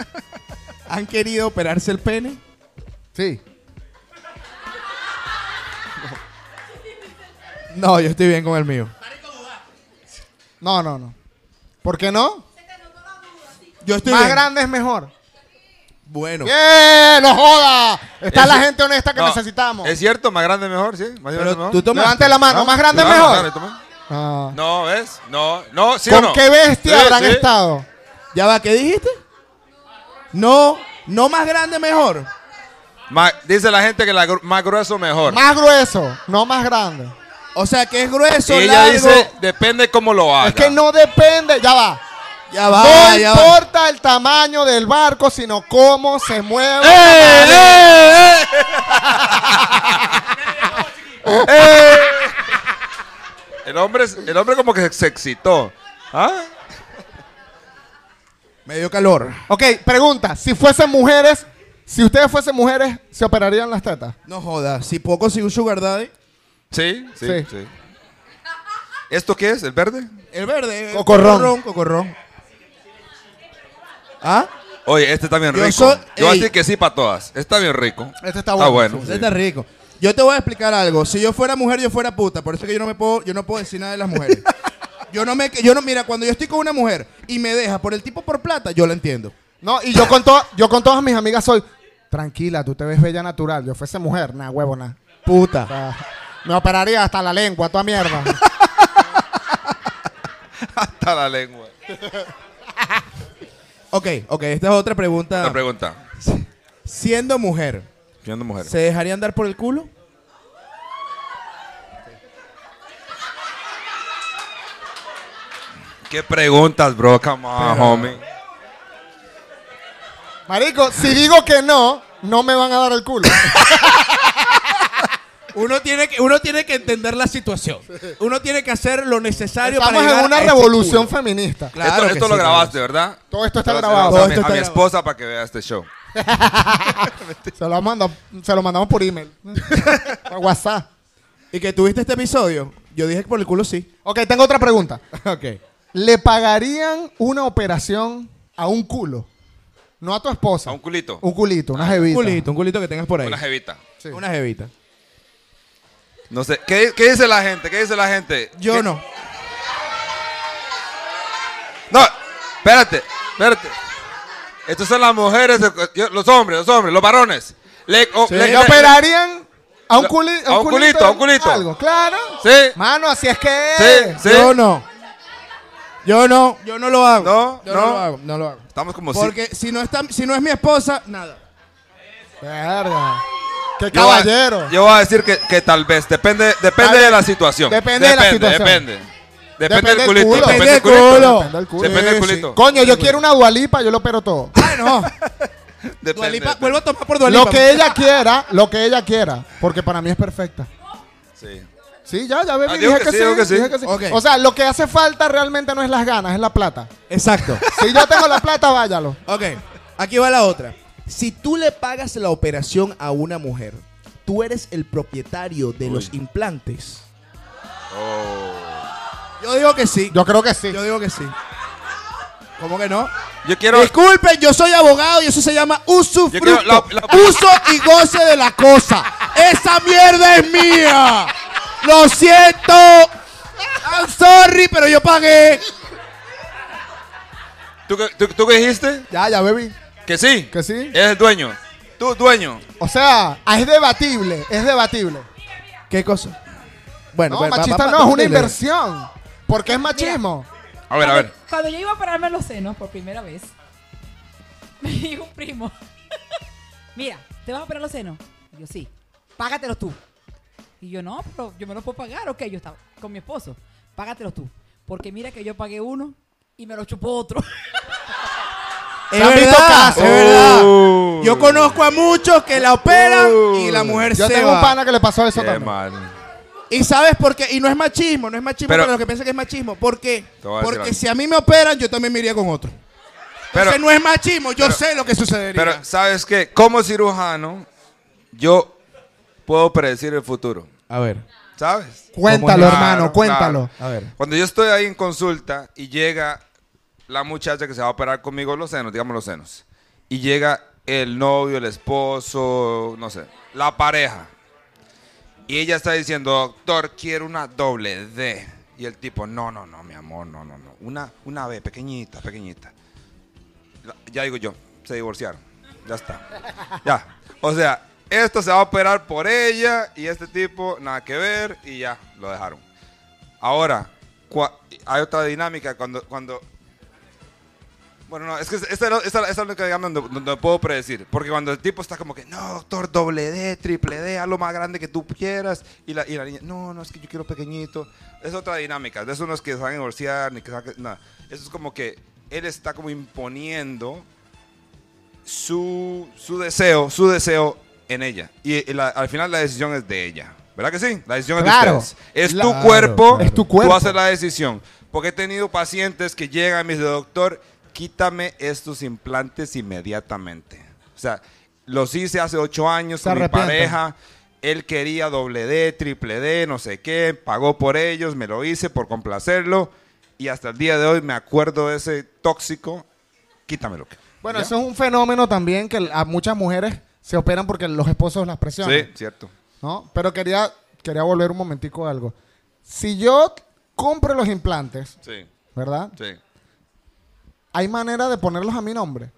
¿Han querido operarse el pene?
Sí.
No, yo estoy bien con el mío.
No, no, no. ¿Por qué no?
Yo estoy
Más
bien.
grande es mejor.
Bueno,
¡Bien! ¡No joda! Está
Es-
la gente honesta que
No,
necesitamos.
Es cierto, más grande mejor, sí. Más grande
pero
mejor.
tú tomaste.
Levante la mano.
¿No?
¿Más grande es
Claro,
mejor?
claro, toma.
Ah.
No, ¿ves? No, no, sí o
¿Con
no.
qué bestia
Sí,
habrán
sí.
estado?
¿Ya va? ¿Qué dijiste? No, no más grande mejor.
Ma- dice la gente que la gru- más grueso mejor.
Más grueso, no más grande.
O sea, que es grueso,
y ella
largo.
dice, depende cómo lo haga.
Es que no depende. Ya va.
Ya
Ah,
va,
no
ya va.
importa el tamaño del barco, sino cómo se
¡Eh,
mueve.
eh, eh! ¡Eh! El hombre, es- el hombre como que se excitó. ¿Ah?
Me dio calor.
Ok, pregunta. Si fuesen mujeres, si ustedes fuesen mujeres, ¿se operarían las tetas?
No jodas, si puedo conseguir un sugar daddy.
Sí, sí,
Sí.
sí, ¿Esto qué es? ¿El verde?
El verde. eh,
Cocorrón.
Cocorrón, cocorrón. ¿Ah,
Oye, este está bien
Yo
rico.
soy-
Yo voy a
ey.
decir que sí para todas. Está bien rico.
Este está bueno,
Ese
sí.
está rico. Yo te voy a explicar algo. Si yo fuera mujer, yo fuera puta. Por eso es que yo no me puedo, yo no puedo decir nada de las mujeres. Yo no me, yo no, mira, cuando yo estoy con una mujer y me deja por el tipo por plata, yo la entiendo.
No, y yo con, to- yo con todas mis amigas soy, tranquila, tú te ves bella natural. Yo fuese mujer, nah, huevo, nah. O
Puta.
sea, me operaría hasta la lengua, toda mierda.
Hasta la lengua.
Ok, ok, esta es otra pregunta.
Otra pregunta.
Siendo mujer,
Siendo mujer.
¿se dejaría andar por el culo?
¿Qué preguntas, bro? Come on,
Pero-
homie.
Marico, si digo que no, no me van a dar el culo.
Uno tiene que, uno tiene que entender la situación. Uno tiene que hacer lo necesario
Estamos
para
en
llegar
una
a ese
revolución
culo.
feminista.
Claro
esto
que
esto
sí,
lo
claro.
grabaste, ¿verdad?
Todo esto está
Lo- se lo
grabado.
mandas
Todo
a mi-
esto
a
está
mi
grabado.
esposa para que vea este show.
Se lo, manda- se lo mandamos por email. por WhatsApp.
Y que tuviste este episodio, yo dije que por el culo sí.
Ok, tengo otra pregunta.
ok.
¿Le pagarían una operación a un culo? No a tu esposa.
A un culito.
Un culito, una
Un
jevita.
culito, un culito que tengas por ahí.
Una jevita.
Sí.
Una jevita.
No sé. ¿Qué, qué dice la gente? ¿Qué dice la gente?
Yo
¿Qué-
no.
No, espérate, espérate. Estas son las mujeres, yo- los hombres, los hombres, los varones. Le, o-
Sí.
le-
¿Le
le-
operarían a un,
Lo-
culi-
a un culito, a un culito.
Algo, claro.
Sí,
Mano, así es que.
sí, sí.
Yo no. Yo no, yo no lo hago.
No,
yo
no.
lo hago, no lo hago.
Estamos como
Porque si no está, si no es mi esposa, nada.
Verga. Qué
Yo voy a-
caballero.
Yo voy a decir que, que tal vez, depende, depende
Tal-
de la situación.
depende de la situación.
Depende, depende.
Depende
Depende
del
del culito.
culo.
Depende
Depende
del
del culito.
culo.
Depende del culo.
Depende del
Sí, sí.
culito.
Coño, yo quiero una dualipa, yo lo opero todo.
Ah, no.
Depende,
Dua Lipa-
depende.
vuelvo a tomar por
Lo
Dualipa.
que ella quiera, lo que ella quiera. Porque para mí es perfecta.
Sí.
Sí, ya, ya,
Ah,
baby,
dijo
dije
que
que
sí,
sí.
dijo que sí.
dije que sí.
Ok.
O sea, lo que hace falta realmente no es las ganas, es la plata.
Exacto.
Si yo tengo la plata, váyalo.
Ok, aquí va la otra. Si tú le pagas la operación a una mujer, tú eres el propietario de los implantes. Yo digo que sí.
Oh. Yo creo que sí.
Yo digo que sí. ¿Cómo que no?
Yo quiero.
Disculpen, yo soy abogado y eso se llama usufructo.
Yo quiero la- la-
Uso y goce de la cosa. Esa mierda es mía. Lo siento. I'm sorry, pero yo pagué.
¿Tú, qué- tú, tú qué dijiste?
Ya, ya, baby.
Que sí.
Que sí.
Eres el dueño. Tú, dueño.
O sea, es debatible, es debatible.
¿Qué cosa? Bueno, bueno,
No,
pues, va-
machista
va-
no,
va-
es una
dile.
inversión. Porque es machismo.
A ver, a ver.
Cuando yo iba a pararme los senos por primera vez, me dijo un primo, mira, ¿te vas a operar los senos? Y yo sí, págatelos tú. Y yo no, pero yo me los puedo pagar, ok, yo estaba con mi esposo, págatelos tú. Porque mira que yo pagué uno y me lo chupó otro.
Es
Se han visto
verdad,
casos.
es verdad.
Oh.
Yo conozco a muchos que la operan
Oh.
y la mujer
Yo
se
tengo
va.
un pana que le pasó eso
Qué
también.
mal.
Y sabes por qué, y no es machismo, no es machismo
Pero-
para los que piensan que es machismo. ¿Por qué?
Te voy a decir
Porque
algo.
si a mí me operan, yo también me iría con otro.
Pero-
Entonces no es machismo, yo
pero-
sé lo que sucedería.
Pero, ¿sabes qué? Como cirujano, yo puedo predecir el futuro.
a ver,
¿Sabes?
Cuéntalo,
Claro,
hermano,
claro.
cuéntalo.
a ver.
Cuando yo estoy ahí en consulta y llega la muchacha que se va a operar conmigo los senos, digamos los senos, y llega el novio, el esposo, no sé, la pareja. Y ella está diciendo, doctor, quiero una doble D. Y el tipo, no, no, no, mi amor, no, no, no. Una, una B, pequeñita, pequeñita. La- Ya digo yo, se divorciaron. Ya está. Ya. O sea, esto se va a operar por ella y este tipo, nada que ver, y ya, lo dejaron. Ahora, cua- hay otra dinámica cuando... cuando bueno, no, es que esta, esta- esta es la única digamos, donde, donde puedo predecir. Porque cuando el tipo está como que, no, doctor, doble D, triple D, haz lo más grande que tú quieras. Y la, y la niña, no, no, es que yo quiero pequeñito. Es otra dinámica. De esos no es que se van a divorciar, ni que se van a- nada. Eso es como que él está como imponiendo su, su deseo, su deseo en ella. Y, y la- al final la decisión es de ella. ¿Verdad que sí? La decisión
Claro.
es de ustedes. Es
Claro,
tu cuerpo,
claro. Es tu cuerpo.
tú haces la decisión. Porque he tenido pacientes que llegan y me dicen, doctor, quítame estos implantes inmediatamente. O sea, los hice hace ocho años
Se
con mi
arrepienten.
pareja. Él quería doble D, triple D, no sé qué. Pagó por ellos, me lo hice por complacerlo. Y hasta el día de hoy me acuerdo de ese tóxico. Quítamelo.
Bueno, eso es un fenómeno también que a muchas mujeres se operan porque los esposos las presionan.
Sí, cierto.
¿no? Pero quería, quería volver un momentico a algo. Si yo compro los implantes,
Sí,
¿verdad?
sí.
Hay manera de ponerlos a mi nombre.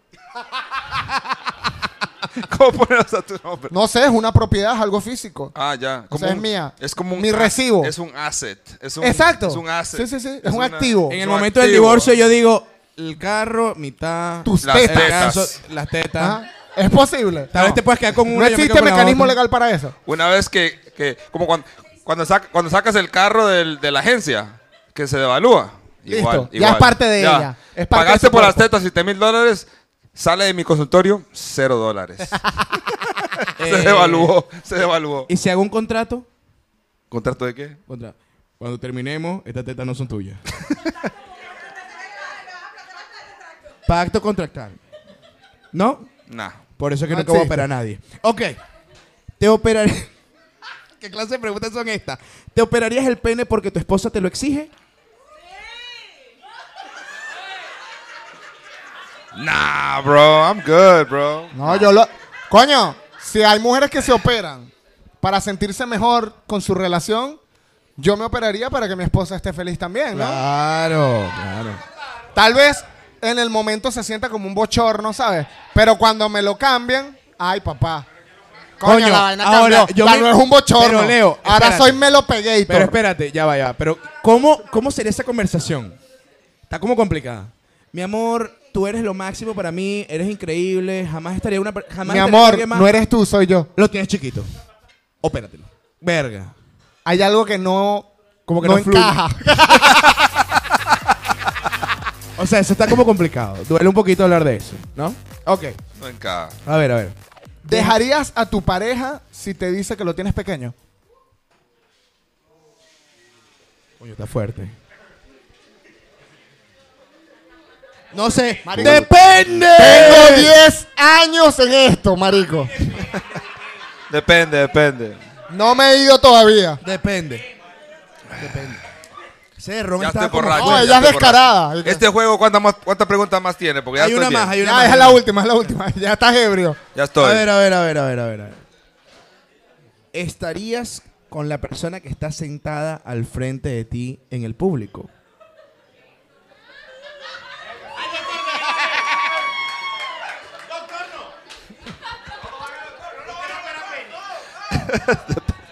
¿Cómo pones a tu nombre?
No sé, es una propiedad, es algo físico.
Ah, ya.
sea, es mía.
Es como un
Mi
as-
recibo.
Es un asset. Es un,
Exacto.
Es un asset.
Sí, sí, sí, es un
una-
activo.
En
es
el
un
momento del
activo.
divorcio yo digo, el carro, mitad...
Tus
la-
tetas.
el ganso, las tetas.
Ajá. Es posible.
Tal vez te puedes quedar con
No
una, yo me
existe
quedo con la
mecanismo
otra.
legal para eso.
Una vez que, que como cuando, cuando, saca- cuando sacas el carro del- de la agencia, que se devalúa.
Listo,
Igual,
ya
igual.
es parte de ella, es parte de
Pagaste
su
por las
cuerpo.
tetas 7 mil dólares, sale de mi consultorio, cero dólares. se
Eh,
devaluó, se devaluó.
¿Y si hago un contrato?
¿Contrato de qué?
Contra- Cuando terminemos, estas tetas no son tuyas. Pacto contractual. ¿No?
Nah.
Por eso es que
No
nunca voy a
existe.
operar a nadie. Ok. Te operaré. ¿Qué clase de preguntas son estas? ¿Te operarías el pene porque tu esposa te lo exige?
Nah, bro, I'm good, bro.
No, yo lo. Coño, si hay mujeres que se operan para sentirse mejor con su relación, yo me operaría para que mi esposa esté feliz también, ¿no?
Claro, claro.
Tal vez en el momento se sienta como un bochorno, ¿sabes? Pero cuando me lo cambian, ay, papá. Coño, la vaina
ahora,
cambia.
yo
Ya
me-
no es un bochorno.
Pero Leo,
ahora
espérate.
soy Melo Pegator.
Pero espérate, ya va, ya va. Pero, ¿cómo, ¿cómo sería esa conversación? Está como complicada. Mi amor, tú eres lo máximo para mí, eres increíble, jamás estaría una... per- Jamás
Mi
estaría con
amor,
alguien más.
no eres tú, soy yo.
Lo tienes chiquito. Opératelo. Verga.
Hay algo que no,
Como que
no
no fluye.
encaja.
O sea, eso está como complicado. Duele un poquito hablar de eso, ¿no? Ok.
No encaja.
A ver, a ver.
¿Dejarías a tu pareja si te dice que lo tienes pequeño?
Coño, está fuerte. No sé.
Marico.
¡Depende!
Tengo 10 años en esto, marico.
Depende, depende.
No me he ido todavía.
Depende. Depende. Ese ron
Ya
estaba
estoy
como
borracho.
No,
fuerte.
ya
ella es
estoy borracho.
descarada.
Este juego, ¿cuántas más- cuántas preguntas más tiene? Porque ya
Hay
estoy
una
bien.
más, hay una
Ya,
más.
es la última, es la última. Ya estás ebrio.
Ya estoy.
A ver, a ver, a ver, a ver, a ver, a ver. ¿Estarías con la persona que está sentada al frente de ti en el público?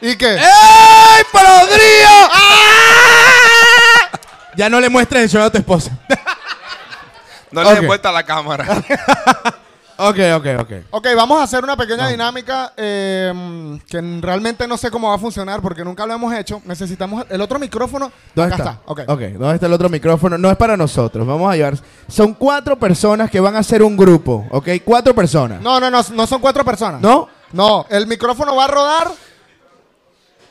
¿Y qué?
Eh. ¡Ey, podrío! Ya no le muestres el show a tu esposa.
No le des
Ok.
vuelta a la cámara.
ok, ok, ok.
Ok, vamos a hacer una pequeña dinámica eh, que realmente no sé cómo va a funcionar porque nunca lo hemos hecho. Necesitamos el otro micrófono.
¿Dónde
Acá
está?
está. Ok.
¿dónde está el otro micrófono? No es para nosotros, vamos a llevar. Son cuatro personas que van a hacer un grupo, ¿ok? Cuatro personas.
No, no, no, no son cuatro personas.
¿No?
No, el micrófono va a rodar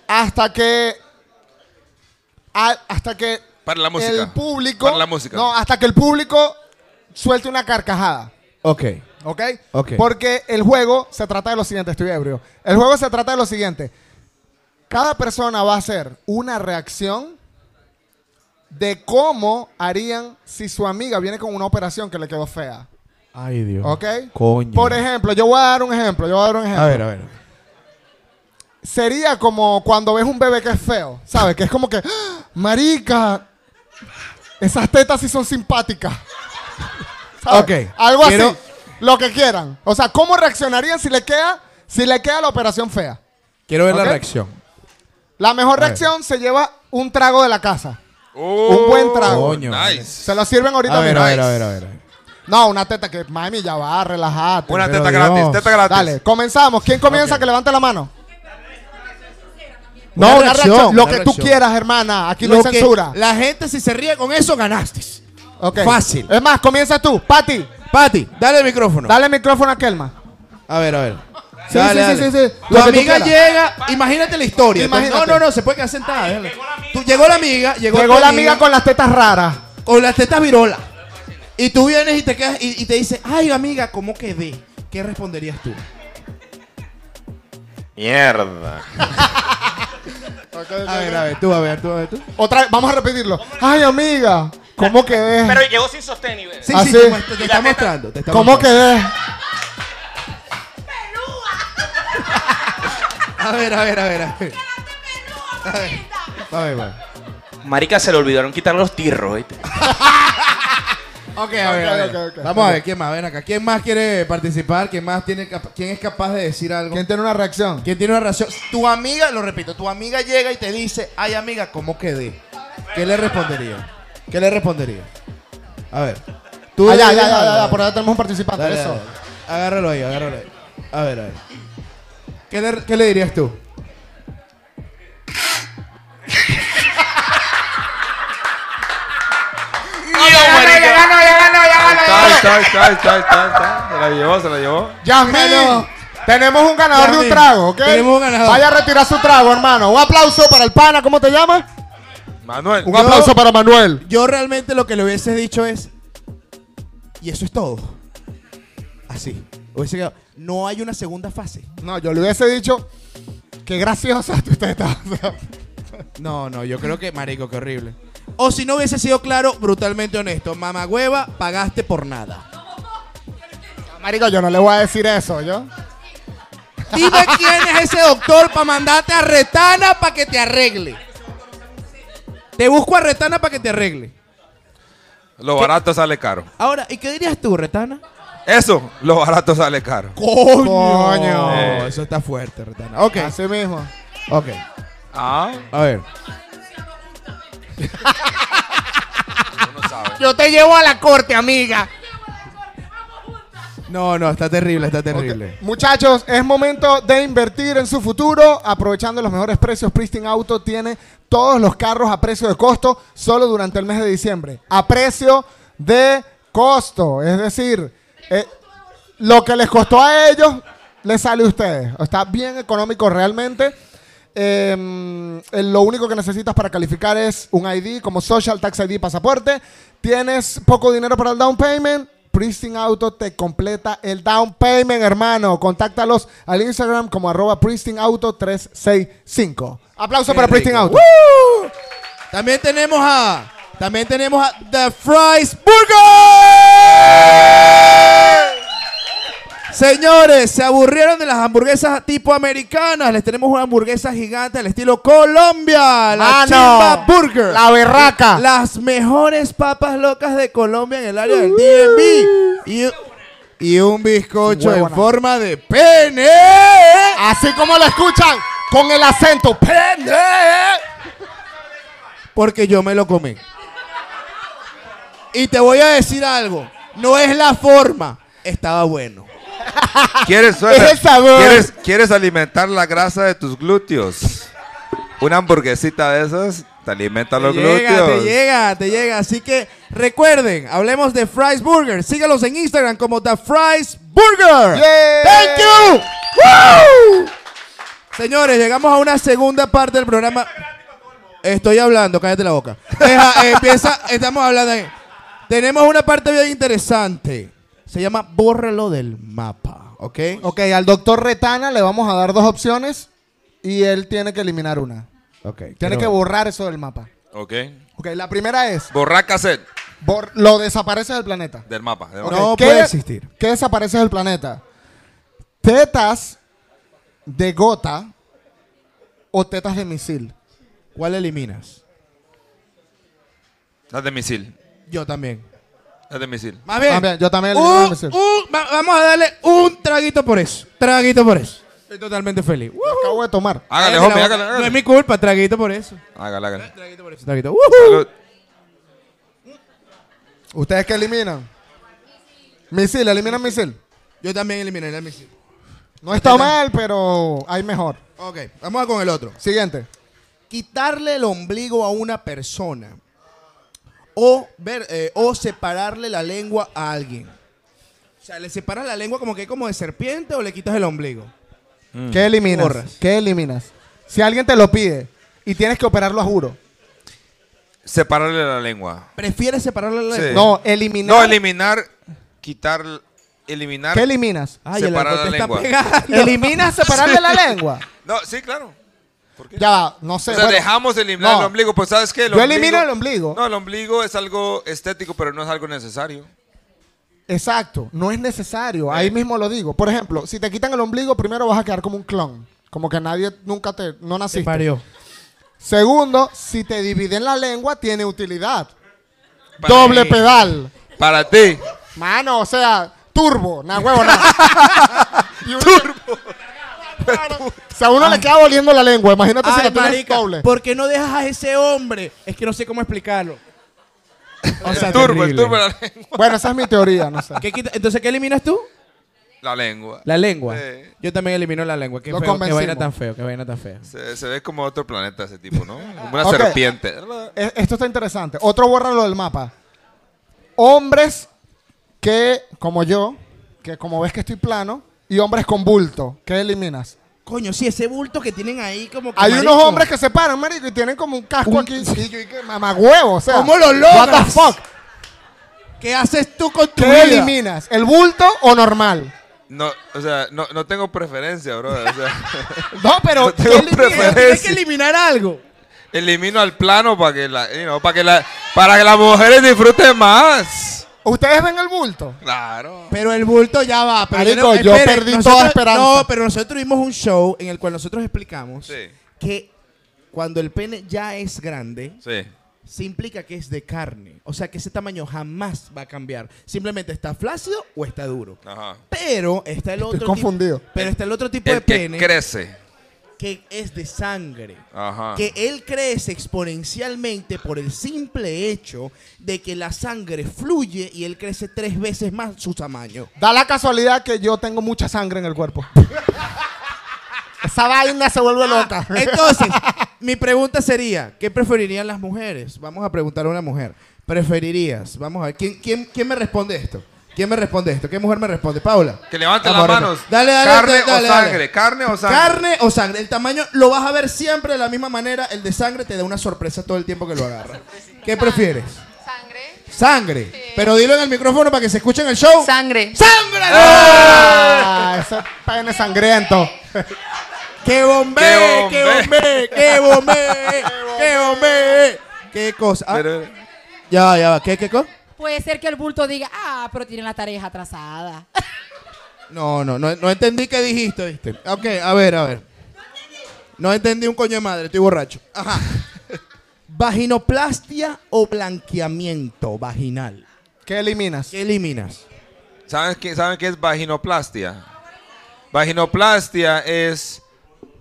hasta que. a- hasta que.
Para la música.
El público.
Para la música.
No, hasta que el público suelte una carcajada.
Ok.
¿Ok?
Ok.
Porque el juego se trata de lo siguiente, estoy ebrio. El juego se trata de lo siguiente. Cada persona va a hacer una reacción de cómo harían si su amiga viene con una operación que le quedó fea.
Ay, Dios.
¿Ok?
Coño.
Por ejemplo, yo voy a dar un ejemplo, yo voy a dar un ejemplo.
A ver, a ver.
Sería como cuando ves un bebé que es feo, ¿sabes? Que es como que, ¡Ah! marica, esas tetas sí son simpáticas. ¿Sabes?
Ok,
Algo
quiero-
así. Lo que quieran. O sea, ¿cómo reaccionarían si le queda, si le queda la operación fea?
Quiero ver
Ok.
la reacción.
La mejor
A ver.
reacción se lleva un trago de la casa.
Oh,
Un buen trago.
Coño,
Nice.
Se lo sirven ahorita
A ver,
mismo.
a ver, a ver, a ver.
No, una teta que, mami, ya va, relajate.
Una
Pero
teta
Dios.
gratis, teta gratis.
Dale, comenzamos. ¿Quién comienza? Que levante la mano. No,
Una
una
reacción,
reacción, Lo
una
que tú
reacción.
quieras, hermana. Aquí no hay
que-
censura.
la gente, si se ríe con eso, ganaste.
Ok.
Fácil.
Es más, comienza tú. Pati,
Pati, dale el micrófono.
dale el micrófono a Kelma.
A ver, a ver.
Sí, sí, sí, sí, sí.
Tu
Lo que tú
amiga
quieras.
llega, imagínate la historia.
Imagínate.
No, no, no, se puede quedar sentada. déjala. Tú- Llegó la amiga, llegó,
Llegó
tu
la amiga con las tetas raras.
con las tetas virolas. Y tú vienes y te quedas y, y te dice, ay amiga, ¿cómo quedé? ¿Qué responderías tú?
Mierda.
A ver, a ver, tú, a ver, tú, a ver, tú.
Otra vez, vamos a repetirlo. Ay, amiga, ¿cómo quedé?
Pero llegó sin sostén y ve.
Sí,
Así.
sí, te, muestro- te
Y la
está
teta-
mostrando. Te está
Ah, ¿Cómo
mostrando.
quedé?
A ver, a ver, a ver, a ver. A ver, a ver, va.
Marica, se le olvidaron quitar los tirros, ¿viste?
Ok, a ver, a ver.
ok, ok.
Vamos a ver quién más, ven acá. ¿Quién más quiere participar? ¿Quién más tiene cap- quién es capaz de decir algo? ¿Quién
tiene una reacción?
¿Quién tiene una reacción? Tu amiga, lo repito, tu amiga llega y te dice, "Ay, amiga, ¿cómo quedé?" ¿Qué le respondería? ¿Qué le respondería? A ver.
Ah, ya,
dirías
ya, ya,
algo.
ya, por allá tenemos un participante.
Dale,
eso.
dale. Agárralo ahí, agárralo ahí. A ver, a ver. ¿Qué le, qué le dirías tú?
ya ganó, ya ganó, ya ganó. Está, está, está, está, está, está. Se la llevó, se la llevó.
Yasmín, tenemos un ganador de un
Yasmín,
trago, ¿ok?
tenemos un ganador.
Vaya a retirar su trago, hermano. Un aplauso para el pana, ¿cómo te llamas?
Manuel.
Un aplauso para Manuel.
Yo realmente lo que le hubiese dicho es. Y eso es todo. Así. Hubiese quedado. No hay una segunda fase.
No, yo le hubiese dicho, qué graciosa tú estás.
No, no, yo creo que, marico, qué horrible. O si no hubiese sido claro, brutalmente honesto. Mamá hueva, pagaste por nada.
Marico, yo no le voy a decir eso, ¿yo?
Dime quién es ese doctor para mandarte a Retana para que te arregle. Te busco a Retana para que te arregle.
Lo barato sale caro.
Ahora, ¿y qué dirías tú, Retana?
Eso, lo barato sale caro.
¡Coño!
Eh.
Eso está fuerte, Retana. Ok.
Así mismo.
Ok.
Ah.
A ver.
Yo te llevo a la corte, amiga.
No, no, está terrible, está terrible.
Muchachos, es momento de invertir en su futuro. Aprovechando los mejores precios, Pristin Auto tiene todos los carros a precio de costo solo durante el mes de diciembre. A precio de costo. Es decir, eh, lo que les costó a ellos, les sale a ustedes. Está bien económico realmente. Eh, eh, lo único que necesitas para calificar es un ID como Social, Tax ID, pasaporte. Tienes poco dinero para el down payment. Pristin Auto te completa el down payment, hermano. Contáctalos al Instagram como arroba pristinauto365. Aplauso
Qué
para Pristin
rico.
Auto.
¡Woo! También tenemos a. También tenemos a The Fries Burger. Señores, se aburrieron de las hamburguesas tipo americanas. Les tenemos una hamburguesa gigante al estilo Colombia. La
Mano,
Chimba Burger.
la berraca.
Las mejores papas locas de Colombia en el área del DMV. Y, y un bizcocho en
Huevona.
forma de pene.
Así como lo escuchan, con el acento. ¡Pene!
porque yo me lo comí. Y te voy a decir algo, no es la forma, estaba bueno.
¿Quieres,
Es el sabor.
¿Quieres, quieres alimentar la grasa de tus glúteos? Una hamburguesita de esas te alimenta los
te llega, te
glúteos.
llega, te llega. Así que recuerden, hablemos de Fries Burger. Sígalos en Instagram como The Fries Burger.
Yeah.
Thank you. Woo. Señores, llegamos a una segunda parte del programa. Estoy hablando, cállate la boca. Deja, eh, empieza, estamos hablando. ahí. Tenemos una parte bien interesante. Se llama Bórralo del mapa, ¿ok?
Ok, al doctor Retana le vamos a dar dos opciones y él tiene que eliminar una.
Ok.
Tiene
quiero-
que borrar eso del mapa.
Ok.
Ok, la primera es,
Borrar cassette
bor- lo desapareces del planeta.
del mapa. del
Ok,
mapa.
No
¿qué-
puede existir.
¿Qué desaparece del planeta? ¿Tetas de gota o tetas de misil?
¿Cuál eliminas?
Las de misil.
Yo también.
Las de misil.
Más bien.
Ah, bien, yo también elimino
un-
el misil.
un- va- vamos a darle un traguito por eso. Traguito por eso. Estoy totalmente feliz.
Lo acabo de tomar.
Hágale,
Cállate la
homie,
boca.
hágale,
No es
hágale.
mi culpa, traguito por eso.
Hágale, hágale.
Traguito.
Salud.
¿Ustedes qué eliminan? Misil, eliminan misil.
Yo también eliminé el misil.
No está mal, pero hay mejor.
Ok, vamos a con el otro.
Siguiente.
Quitarle el ombligo a una persona o, ver, eh, o separarle la lengua a alguien. O sea, le separas la lengua como que como de serpiente o le quitas el ombligo.
¿Qué eliminas?
Borras.
¿Qué eliminas? Si alguien te lo pide y tienes que operarlo a juro.
Separarle la lengua.
¿Prefieres separarle la
Sí.
lengua?
No, eliminar.
No, eliminar, quitar, eliminar.
¿Qué eliminas?
Ay, el
Separar
arco te
la
está
lengua.
pegando.
¿Eliminas separarle la lengua?
No, sí, claro.
Ya va, no sé.
O sea,
bueno,
dejamos de eliminar
no.
el ombligo, pues ¿sabes qué? El
Yo elimino el ombligo.
No, el ombligo es algo estético, pero no es algo necesario.
Exacto, no es necesario.
Eh.
Ahí mismo lo digo. Por ejemplo, si te quitan el ombligo, primero vas a quedar como un clon. Como que nadie nunca te. No
Se
naciste.
parió.
Segundo, si te dividen la lengua, tiene utilidad.
Para
Doble
mí.
pedal.
Para ti.
Mano, o sea, turbo, na huevo, na. turbo. O sea, a uno le queda oliendo la lengua, imagínate si
Ah. Ay,
la tienes
marica,
doble.
¿Por qué no dejas a ese hombre? Es que no sé cómo explicarlo. O sea,
el turbo, el
terrible.
turbo de la lengua.
Bueno, esa es mi teoría, no sé.
¿Qué quita- Entonces, ¿qué eliminas tú?
La lengua.
La lengua.
Sí.
Yo también elimino la lengua. Qué,
Lo
feo, qué vaina
convencimos.
tan feo, qué vaina tan fea.
Se, se ve como otro planeta ese tipo, ¿no? Como una
Ok.
serpiente.
E- Esto está interesante. Otro borra lo del mapa. Hombres que, como yo, que como ves que estoy plano, y hombres con bulto, ¿qué eliminas?
Coño, sí, ese bulto que tienen ahí como que
Hay
marico.
unos hombres que se paran, marico, y tienen como un casco aquí. Y yo, y que mamagüevo, o sea.
¿Cómo lo
What the
logras?
fuck?
¿Qué haces tú con tu
¿Qué
vida?
eliminas? ¿El bulto o normal?
No, o sea, no, no tengo preferencia, bro. O sea,
No, pero
No tengo preferencia.
Tienes que eliminar algo.
elimino al plano para que la, you know, para que la, para que las mujeres disfruten más.
¿Ustedes ven el bulto?
Claro.
Pero el bulto ya va. Pero
Marico, yo perdí toda esperanza.
No, pero nosotros tuvimos un show en el cual nosotros explicamos
Sí.
que cuando el pene ya es grande,
Sí.
se implica que es de carne. O sea, que ese tamaño jamás va a cambiar. Simplemente está flácido o está duro.
Ajá.
Pero está el otro tipo-
confundido.
pero está el otro tipo de
El que
Pues pene
crece.
que es de sangre.
Ajá.
Que él crece exponencialmente por el simple hecho de que la sangre fluye y él crece tres veces más su tamaño.
Da la casualidad que yo tengo mucha sangre en el cuerpo. Esa vaina se vuelve loca.
Entonces, mi pregunta sería, ¿qué preferirían las mujeres? Vamos a preguntar a una mujer. ¿Preferirías? Vamos a ver, ¿quién, quién, quién me responde esto? ¿Quién me responde esto? ¿Qué mujer me responde? Paula.
Que levante
Vamos
las
a ver.
manos.
Dale, dale,
carne
dale, dale,
o
dale.
sangre, carne o sangre.
Carne o sangre. El tamaño lo vas a ver siempre de la misma manera. El de sangre te da una sorpresa todo el tiempo que lo agarras. ¿Qué prefieres? Sangre. Sangre. Pero dilo en el micrófono para que se escuche en el show.
Sangre.
¡Sangre!
Ah, ese pene sangriento.
¡Qué bombé! ¡Qué bombé! ¡Qué bombé! ¡Qué bombé! ¡Qué cosa! Ah, ya, ya, va. ¿qué, qué cosa?
Puede ser que el bulto diga, ah, pero tienen la tarea atrasada.
No, no, no, no entendí qué dijiste, ¿viste? Ok, a ver, a ver. No entendí un coño de madre, estoy borracho. Ajá. ¿Vaginoplastia o blanqueamiento vaginal?
¿Qué eliminas?
¿Qué eliminas?
¿Saben qué, ¿Saben qué es vaginoplastia? Vaginoplastia es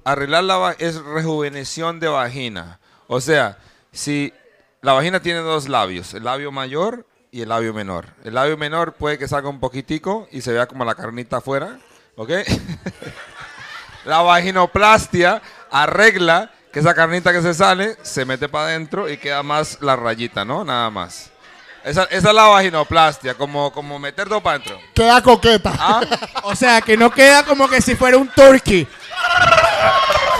arreglar la va- es rejuveneción de vagina. O sea, si la vagina tiene dos labios, el labio mayor y el labio menor. El labio menor puede que salga un poquitico y se vea como la carnita afuera, ¿ok? la vaginoplastia arregla que esa carnita que se sale se mete para adentro y queda más la rayita, ¿no? Nada más. Esa, esa es la vaginoplastia, como, como meter todo para adentro.
Queda coqueta.
Ah.
O sea, que no queda como que si fuera un turkey.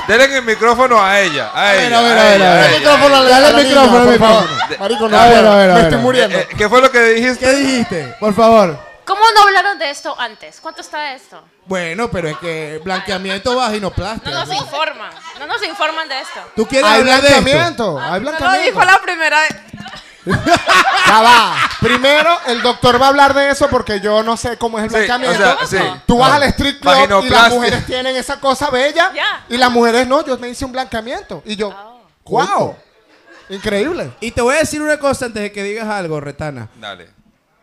Denle el micrófono a ella. A, ella,
ver, a ver, a ver,
ella,
a ver.
ella,
Micrófono,
ella.
dale el micrófono,
por
mi
favor.
favor.
Marico, no
A ver,
puedo,
a ver, a
me
ver,
estoy
a ver.
muriendo.
Eh, ¿Qué fue lo que dijiste?
¿Qué dijiste? Por favor.
¿Cómo no hablaron de esto antes? ¿Cuánto está esto?
Bueno, pero es que blanqueamiento vaginoplastia.
No nos informan. No nos informan de esto.
¿Tú quieres
Hay
hablar de esto?
blanqueamiento, hay
Ah, No lo
blanqueamiento.
dijo la primera vez.
Ya va. Primero, el doctor va a hablar de eso porque yo no sé cómo es el
Sí,
blanqueamiento.
o sea, sí.
Tú vas
Ah.
al street club y las
Vaginoplastia.
mujeres tienen esa cosa bella. Y las mujeres no, yo me hice un blanqueamiento. Y yo,
Ah.
wow. Increíble.
Y te voy a decir una cosa antes de que digas algo, Retana.
Dale.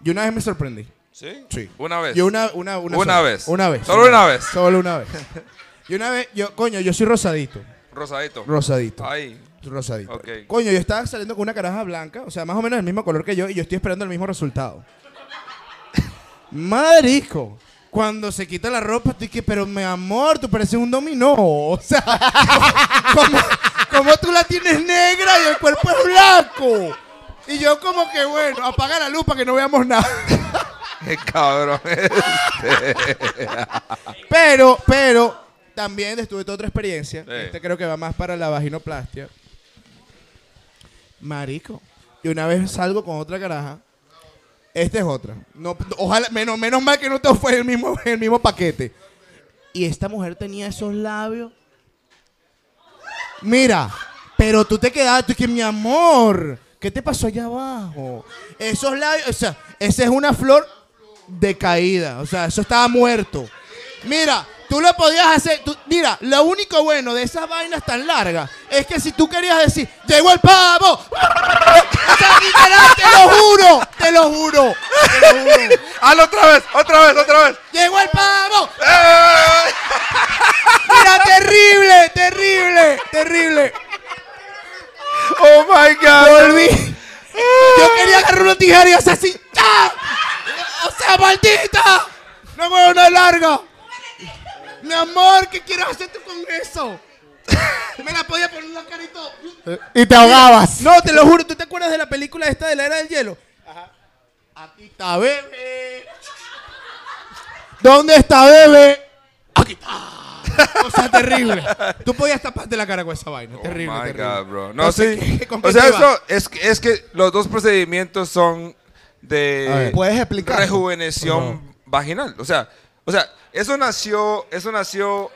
Yo una vez me sorprendí.
¿Sí?
Sí.
Una vez.
Yo una, una, una,
Una
sola.
vez.
Una vez.
Solo una vez.
Solo una vez. Y una vez, yo, coño, yo soy rosadito.
Rosadito.
Rosadito.
Ahí.
Rosadito.
Ok.
Coño, yo estaba saliendo con una caraja blanca, o sea, más o menos del mismo color que yo, y yo estoy esperando el mismo resultado. Marico. Cuando se quita la ropa, estoy que, pero mi amor, tú pareces un dominó. O sea, ¿cómo, cómo tú la tienes negra y el cuerpo es blanco? Y yo como que, bueno, apaga la luz para que no veamos nada.
Qué cabrón este.
Pero, pero, también estuve toda otra experiencia.
Sí.
Este creo que va más para la vaginoplastia. Marico. Y una vez salgo con otra caraja. Esta es otra. No, ojalá, menos, menos mal que no te fue el mismo, el mismo paquete. Y esta mujer tenía esos labios. Mira, pero tú te quedaste, que mi amor, ¿qué te pasó allá abajo? Esos labios, o sea, esa es una flor decaída, o sea, eso estaba muerto. Mira, tú lo podías hacer, tú- mira, lo único bueno de esas vainas tan largas Es que si tú querías decir, llegó el pavo. O sea, literal, te lo juro, te lo juro, te lo juro.
Hazlo otra vez, otra vez, otra vez.
Llegó el pavo.
Eh.
Mira, terrible, terrible, terrible.
Oh my God.
Volví. Yo quería agarrar una tijera y hacer así. ¡Ah! O sea, maldita. No me una larga. Mi amor, ¿qué quieres hacer tú con eso? Me la podía poner en la cara y todo.
Y te ahogabas.
No, te lo juro, ¿tú te acuerdas de la película esta de la era del hielo? Aquí está bebé. ¿Dónde está bebé? Aquí está. O sea, terrible. Tú podías taparte la cara con esa vaina. terrible,
Oh my
terrible.
God, bro. No,
Entonces,
sí.
¿qué- con
O
qué
sea,
te vas?
eso es, que- es que los dos procedimientos son de
¿Puedes explicar?
rejuvenación vaginal. O sea, o sea, eso nació, eso nació,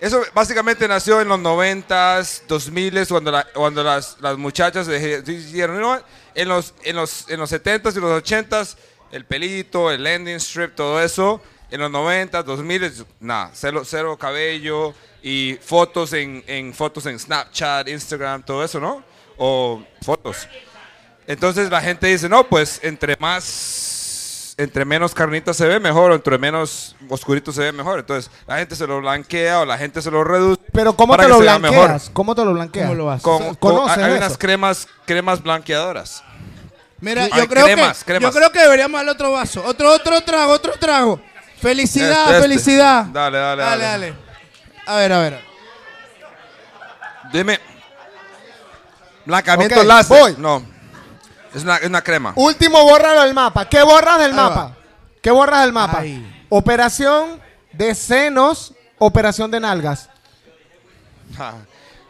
eso básicamente nació en los 90s, 2000 cuando, la- cuando las, las muchachas de- dijeron, "No, en los, en los, en los 70s y los 80s, el pelito, el landing strip, todo eso. En los 90s, 2000 nada, cero, cero cabello y fotos en, en fotos en Snapchat, Instagram, todo eso, ¿no? O fotos. Entonces la gente dice, no, pues entre más, entre menos carnita se ve mejor, o entre menos oscurito se ve mejor. Entonces la gente se lo blanquea o la gente se lo reduce.
Pero ¿cómo
para
te
que
lo
se vea mejor.
blanqueas? ¿Cómo te lo blanqueas?
Con- con-
¿Conoces
hay
eso?
unas cremas, cremas blanqueadoras.
Mira,
Hay
yo creo,
cremas,
que,
cremas.
yo creo que deberíamos darle otro vaso. Otro, otro trago, otro trago. Felicidad,
Este, este.
felicidad.
Dale, dale,
Dale,
dale.
dale. A ver, a ver.
Dime. Blancamiento
Ok,
láser.
voy.
No. Es una, es una crema.
Último, bórralo del mapa. ¿Qué borras del mapa? ¿Qué borras del mapa? Operación de senos, operación de nalgas.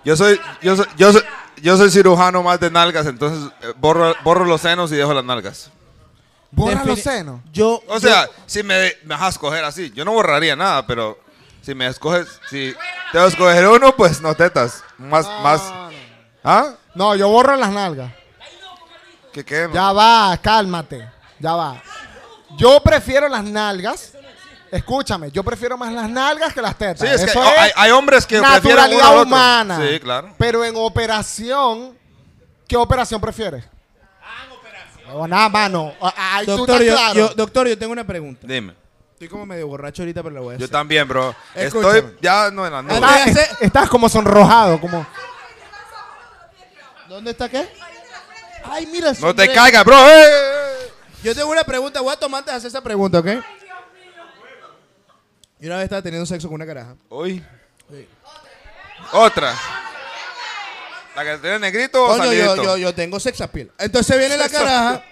Yo soy, yo soy, yo soy, yo soy cirujano más de nalgas, entonces eh, borro, borro los senos y dejo las nalgas.
Borra los senos.
Yo,
O sea, si me, me vas a escoger así, yo no borraría nada, pero si me escoges, si te vas a escoger uno, pues no tetas. Más, más. ¿Ah?
No, yo borro las nalgas.
¿Qué qué?
Ya va, cálmate. Ya va. Yo prefiero las nalgas. Escúchame, yo prefiero más las nalgas que las tetas.
Sí, es que
Eso
hay, hay hombres que prefieren uno
naturalidad
al otro.
humana.
Sí, claro.
Pero en operación, ¿qué operación prefieres? Ah, O nada, mano. Ah, ahí tú
Doctor
estás
yo,
claro.
yo- doctor, yo tengo una pregunta.
Dime.
Estoy como medio borracho ahorita, pero la voy a hacer.
Yo también, bro.
Escúchame.
Estoy ya no en la nube.
Antes de hacer-
Ah, Estás como sonrojado, como.
¿Dónde está qué? Ay, mira. el
No te
sombrero.
caigas, bro. ¡Eh, eh, eh!
Yo tengo una pregunta, voy a tomarte a hacer esa pregunta, ¿ok? Y una vez estaba teniendo sexo con una caraja.
Hoy. Otra. La que tiene negrito o
Coño, yo,
salidito.
yo, yo tengo sex appeal. Entonces viene la caraja.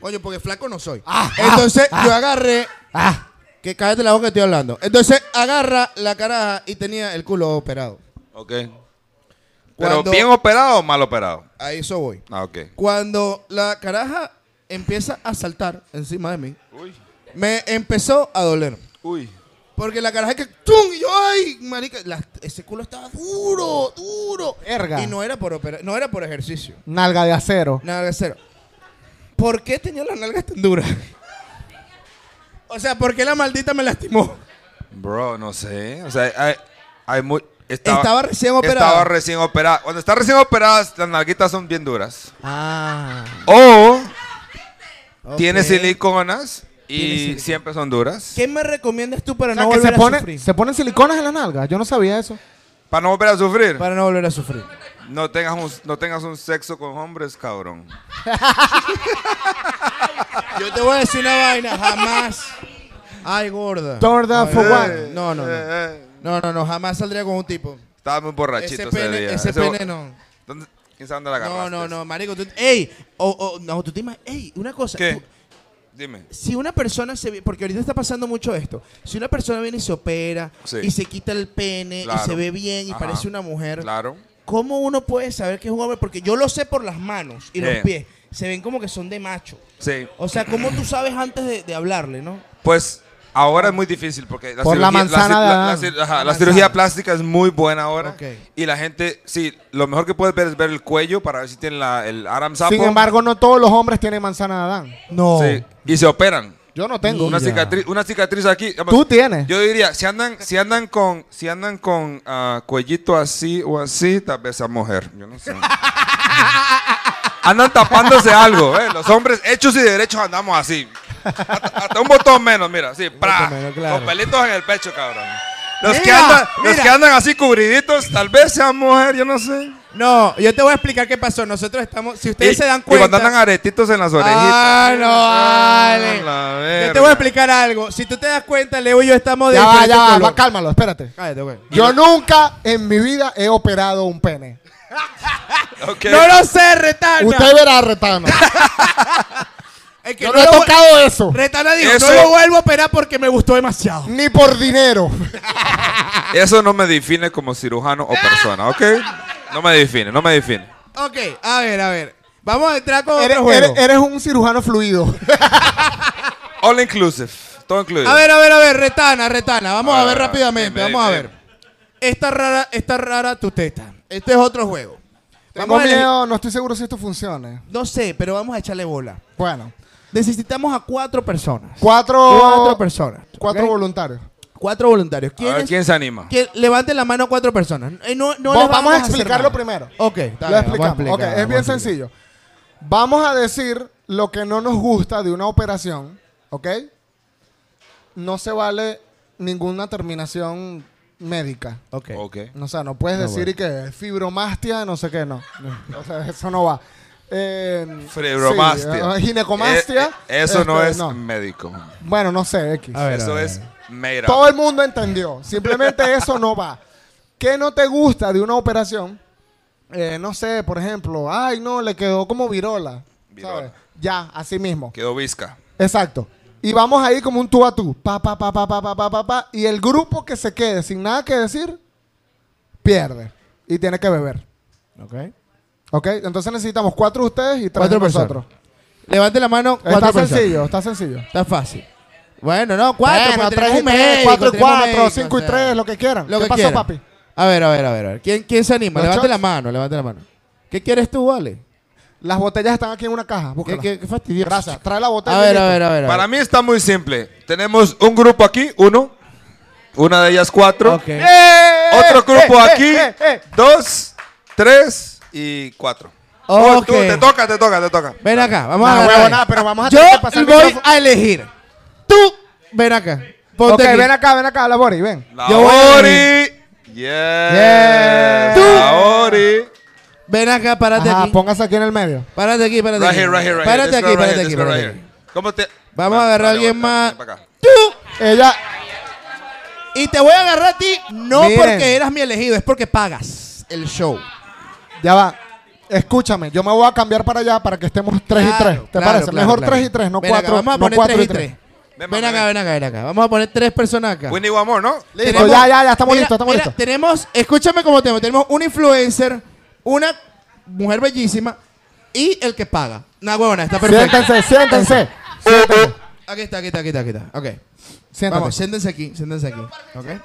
Coño, porque flaco no soy.
Ah,
Entonces yo agarré. Que cállate la boca que estoy hablando. Entonces agarra la caraja y tenía el culo operado.
Ok. Pero
Cuando-
bien operado o mal operado.
A eso voy.
Ah, ok.
Cuando la caraja empieza a saltar encima de mí, me empezó a doler.
Uy.
Porque la caraja que ¡tum! Y yo, ay, marica, la- ese culo estaba duro, duro.
Verga.
Y no era por opera- no era por ejercicio.
Nalga de acero.
Nalga cero. ¿Por qué tenía las nalgas tan duras? O sea, ¿por qué la maldita me lastimó?
Bro, no sé. O sea, hay, hay mu- Estaba,
Estaba recién operada.
Estaba recién operada. Cuando está recién operadas, las nalguitas son bien duras.
Ah.
O tiene
Ok.
siliconas y
Tiene silicona.
siempre son duras.
¿Qué me recomiendas tú para
O sea,
no
que
volver
se,
a
pone,
sufrir?
se ponen siliconas en la nalga. Yo no sabía eso.
Para no volver a sufrir.
Para no volver a sufrir.
No tengas un, no tengas un sexo con hombres, cabrón.
Yo te voy a decir una vaina, jamás. Ay, gorda.
Torda
Ay,
for
gorda.
one.
No, no, no. No, no, no, jamás saldría con un tipo.
Eh, Estaba muy borrachito
Ese
ese,
pene-
día.
ese
bo-
pene no.
¿Dónde, ¿Quién sabe dónde la
No,
agarraste?
no, no, marico. Tú, ey, o, o- no, tú te imaginas, ey, una cosa.
¿Qué?
tú-
Dime.
si una persona se vi- porque ahorita está pasando mucho esto si una persona viene y se opera
Sí.
y se quita el pene
Claro.
y se ve bien y
Ajá.
parece una mujer
Claro.
cómo uno puede saber que es un hombre porque yo lo sé por las manos y los
Sí.
pies se ven como que son de macho
Sí.
o sea cómo tú sabes antes de, de hablarle no
Pues ahora es muy difícil porque la,
Por la
cirugía-
manzana
la-
de
la-
Adán.
la cir- ajá, la
manzana.
cirugía plástica es muy buena ahora.
Ok.
Y la gente, sí, lo mejor que puedes ver es ver el cuello para ver si tienen la, el Aram Sapo.
Sin embargo, no todos los hombres tienen manzana de Adán.
no
Sí, y se operan.
Yo no tengo.
Una
Ya.
cicatriz, una cicatriz aquí.
Tú tienes.
Yo diría, si andan, si andan con, si andan con ah, cuellito así o así, tal vez a mujer. Yo no sé. Andan tapándose algo, ¿eh? Los hombres hechos y derechos andamos así. Hasta, hasta un botón menos, mira, sí, pra. Con pelitos en el pecho, cabrón. Los, que
Mira,
andan, los
mira.
que andan así cubriditos, tal vez sean mujer, yo no sé.
No, yo te voy a explicar qué pasó. Nosotros estamos, si ustedes
Y-
se dan
Y cuando
cuenta.
andan aretitos en las orejitas.
Ah, no, vale.
Ah, la
Yo te voy a explicar algo. Si tú te das cuenta, Leo y yo estamos de.
Ya va,
diferente
ya va,
este color.
va, cálmalo, espérate.
Cállate, güey.
Yo nunca en mi vida he operado un pene.
No lo sé, Retana.
Usted verá, Retana.
Es que
Yo no he
lo vu-
tocado eso.
Retana dijo,
Eso-
no lo vuelvo a operar porque me gustó demasiado.
Ni por dinero.
Eso no me define como cirujano o persona, ¿ok? No me define, no me define.
Ok, a ver, a ver. Vamos a entrar con
Eres,
otro juego.
eres- eres un cirujano fluido.
All inclusive, todo incluido.
A ver, a ver, a ver, retana, retana. Vamos a ver rápidamente,
Ah, dime,
vamos a
dime.
ver. Esta rara, esta rara tu teta. Este es otro juego.
Tengo
a elegir-
miedo, no estoy seguro si esto funcione.
No sé, pero vamos a echarle bola.
Bueno,
Necesitamos a cuatro personas.
cuatro,
Cuatro personas.
cuatro
¿ok?
voluntarios.
Cuatro voluntarios.
A ver,
¿Quiénes?
¿quién se anima?
que levanten la mano cuatro personas. Eh, no, no
Vos-
les
vamos, a
hacer
explicarlo
nada.
primero.
Ok,
lo
dale, vamos a
explicamos.
explicar, vamos
Ok,
a
es bien
explicar.
sencillo. Vamos a decir lo que no nos gusta de una operación, ¿ok? No se vale ninguna terminación médica.
Ok.
O sea, no puedes
No
decir y que fibromastia, no sé qué, no. O sea, eso no va. Eh, sí,
ah,
Fibromastia.
eh, ginecomastia.
Eh, eh, eso no
este,
es médico.
Bueno, no sé, X.
eso es mera.
Todo el mundo entendió. Simplemente eso no va. ¿Qué no te gusta de una operación? Eh, no sé, por ejemplo, ay, no, le quedó como virola.
Virola.
Ya, así mismo.
Quedó visca.
Exacto. Y vamos ahí como un tú a tú. Pa, pa, pa, pa, pa, pa, pa, pa, pa. Y el grupo que se quede sin nada que decir, pierde. Y tiene que beber.
Ok.
¿Ok? Entonces necesitamos cuatro de ustedes y tres
Cuatro
de
personas.
nosotros.
Levanten la mano cuatro
Está
personas.
sencillo, está sencillo.
Está fácil. Bueno, no, cuatro.
Bueno,
pues,
tres
tenemos
y
un
tres,
médico,
cuatro y
tenemos un
cuatro,
médico,
cinco y
o sea,
tres, lo que quieran.
Lo
¿Qué
que
pasó,
quieran.
papi?
A ver, a ver, a ver. a ver. ¿Quién, quién se anima?
¿Los
Levante
shots?
la mano, levante la mano. ¿Qué quieres tú, Ale?
Las botellas están aquí en una caja.
¿Qué,
Búscalas.
qué, qué fastidioso.
Gracias. Trae la botella.
A ver,
y
a
listo.
ver, a ver. a
Para
ver.
mí está muy simple. Tenemos un grupo aquí, uno. Una de ellas cuatro.
Ok.
Otro grupo
eh, eh,
aquí,
eh, eh.
dos, tres y cuatro.
Ok.
Oh, tú, te toca, te toca, te toca.
Ven acá, vamos
Nah,
a agarrar
huevo,
ahí.
nah, pero vamos a
Yo
tener que pasar el
voy
micrófono.
a elegir. Tú, ven acá. Ponte
Ok,
aquí.
ven acá, ven acá, la Bori, ven.
La
Yo voy a
Ori. Yeah.
Tú.
La Ori.
Ven acá, párate
Ajá,
aquí.
póngase aquí en el medio.
Párate aquí, párate
Right
aquí.
here, right here, right here.
Párate
Let's
aquí,
go right
párate
here,
aquí.
let's go
párate
right
aquí.
here. ¿Cómo te...?
Vamos a agarrar a alguien
vale,
más.
para acá.
Tú,
Ella,
y te voy a agarrar a ti no
Miren.
porque eras mi elegido, es porque pagas el show.
ya va. Escúchame, yo me voy a cambiar para allá para que estemos tres y
Claro,
tres. ¿Te
claro,
parece?
claro,
Mejor
claro.
tres y tres, no
Ven acá,
cuatro.
Vamos a
no
poner
cuatro
tres y
tres.
tres. Ven
Ven, mami,
acá,
ven.
ven acá, ven acá. Vamos a poner tres personas acá.
We need one more, ¿no?
Listo, ya, ya, ya, estamos
mira,
listos, estamos
mira,
listos.
Tenemos, escúchame cómo tenemos. Tenemos un influencer, una mujer bellísima y el que paga. Una huevona, está perfecto.
Siéntense, siéntense. Siéntense.
Aquí está, aquí está, aquí está, aquí está. Ok.
Siéntate.
Vamos, siéntense aquí, siéntense aquí. Ok.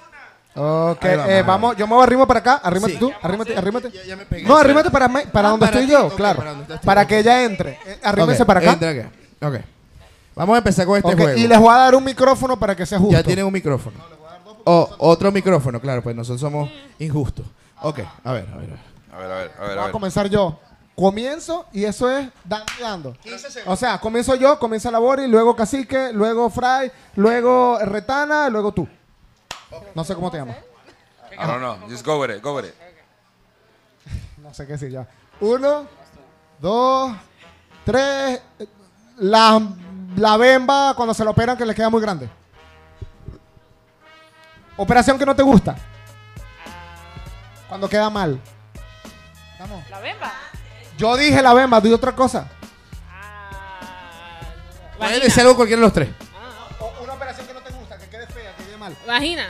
Ok,
Ahí vamos,
eh,
ahí
vamos, yo me voy arriba para acá, arrímate
Sí.
tú, arrímate, arrímate.
Ya- ya me pegué.
no, arrímate para, mí- para
Ah,
donde
para
estoy
ti,
yo,
ok, para
claro. Para,
donde estás tú, ok.
que ella entre. Eh, Arrímense
Ok,
para acá.
entra acá. Ok. Vamos a empezar con este
Ok,
juego.
Y les voy a dar un micrófono para que sea justo.
Ya tienen un micrófono. O otro micrófono, claro, pues nosotros somos injustos. Ok, a ver, a ver. a ver.
A ver, a ver, a ver.
Voy
A
a
ver.
comenzar yo. Comienzo y eso es dando y dando. O sea, comienzo yo, comienza la Bori, luego Cacique, luego Fry, luego Retana, luego tú. No sé cómo te llamas.
I don't know. Just go with it, go with it.
No sé qué decir ya. Uno, dos, tres. La, la bemba cuando se la operan que le queda muy grande. Operación que no te gusta. Cuando queda mal.
La bemba.
Yo dije la bemba, di otra cosa.
Ah,
Pueden decir algo cualquiera de los tres.
una operación que no te gusta, que quede fea, que quede mal.
Vagina.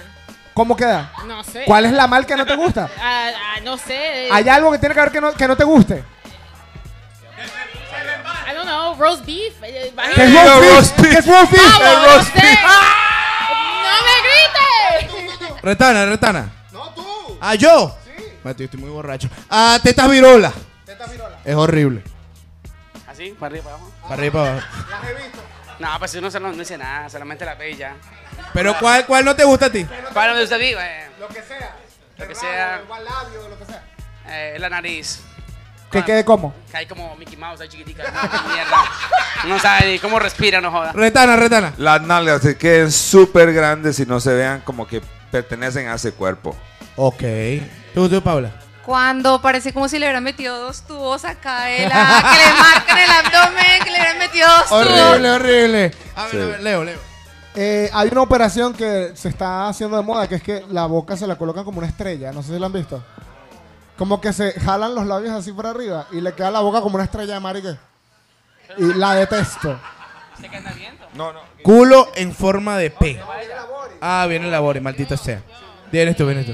¿Cómo queda?
No sé.
¿Cuál es la mal que no te gusta?
Ah, ah, no sé.
Hay algo que tiene que ver que no, que no te guste.
I don't know. Roast beef. eh,
¿Qué
Vagina.
es
Diga,
roast beef?
roast beef.
¿Qué es roast beef?
Pavo, no
roast
sé. ¡Ah! ¡No me grites!
Retana, retana. No, tú. Ah, yo. Sí. Mateo, estoy muy borracho. Ah, tetas virola. Tetas virola. Es horrible.
Así, para arriba, para abajo.
Para arriba y para abajo.
Las he visto.
No, pues uno solo no dice nada, solamente la ve y ya.
Pero ¿cuál, cuál no te gusta a ti?
Para donde usted viva, eh,
Lo que sea.
lo que
el
sea,
rabo, El labio, lo que sea.
eh, la nariz.
Que quede como.
Que hay como Mickey Mouse, ahí chiquitica. ¿no? Mierda. No sabe ni cómo respira, no joda.
Retana, retana.
Las nalgas se queden súper grandes y no se vean como que pertenecen a ese cuerpo.
Ok. Tú, tú, Paula.
Cuando parece como si le hubieran metido dos tubos acá de la. que le marcan el abdomen, que le hubieran metido dos tubos.
Horrible, horrible. A ver, a ver, Leo, Leo.
Eh, hay una operación que se está haciendo de moda, que es que la boca se la colocan como una estrella. No sé si la han visto. Como que se jalan los labios así para arriba y le queda la boca como una estrella de mar y qué. Y la detesto.
No, no.
Culo en forma de P. Ah, viene la Bori, maldita sea. Vienes tú, vienes tú.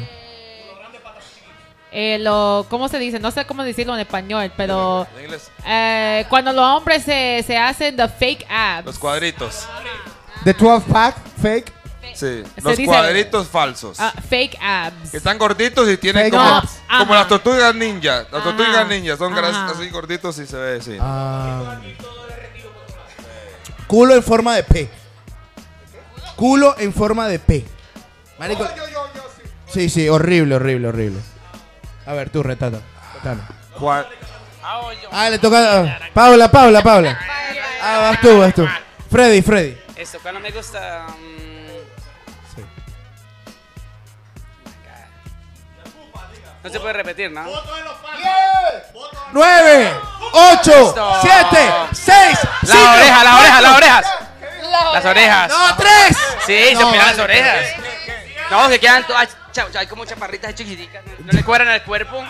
Eh, lo, ¿Cómo se dice? No sé cómo decirlo en español, pero eh, cuando los hombres se, se hacen the fake abs.
Los cuadritos.
The 12 pack, fake.
Sí.
Se
Los
dice-
cuadritos falsos.
Ah, fake abs.
Que están gorditos y tienen
Fake
como,
abs.
como
Ajá.
las tortugas ninja. Las tortugas
Ajá.
ninja son gras-
Ajá.
así gorditos y se ve así.
Ah. Culo en forma de P. Culo en forma de P. Marico. Sí, sí, horrible, horrible, horrible. A ver, tú, retata. retana.
Cua-
Ah, le toca. a- Paula, Paula, Paula. Ah, vas tú, vas tú. Freddy, Freddy.
Esto, cuando me gusta. mm,
Sí.
no se puede repetir, ¿no?
¡Nueve! ¡Ocho! ¡Siete! ¡Seis!
La
cinco,
oreja, las
cuatro.
orejas, las orejas. Las orejas.
¡No, tres!
Sí, se
No,
pelan las
vale.
orejas. No, se quedan todas. chao, chao, hay como chaparritas chiquiticas. No, no le cuadran al cuerpo.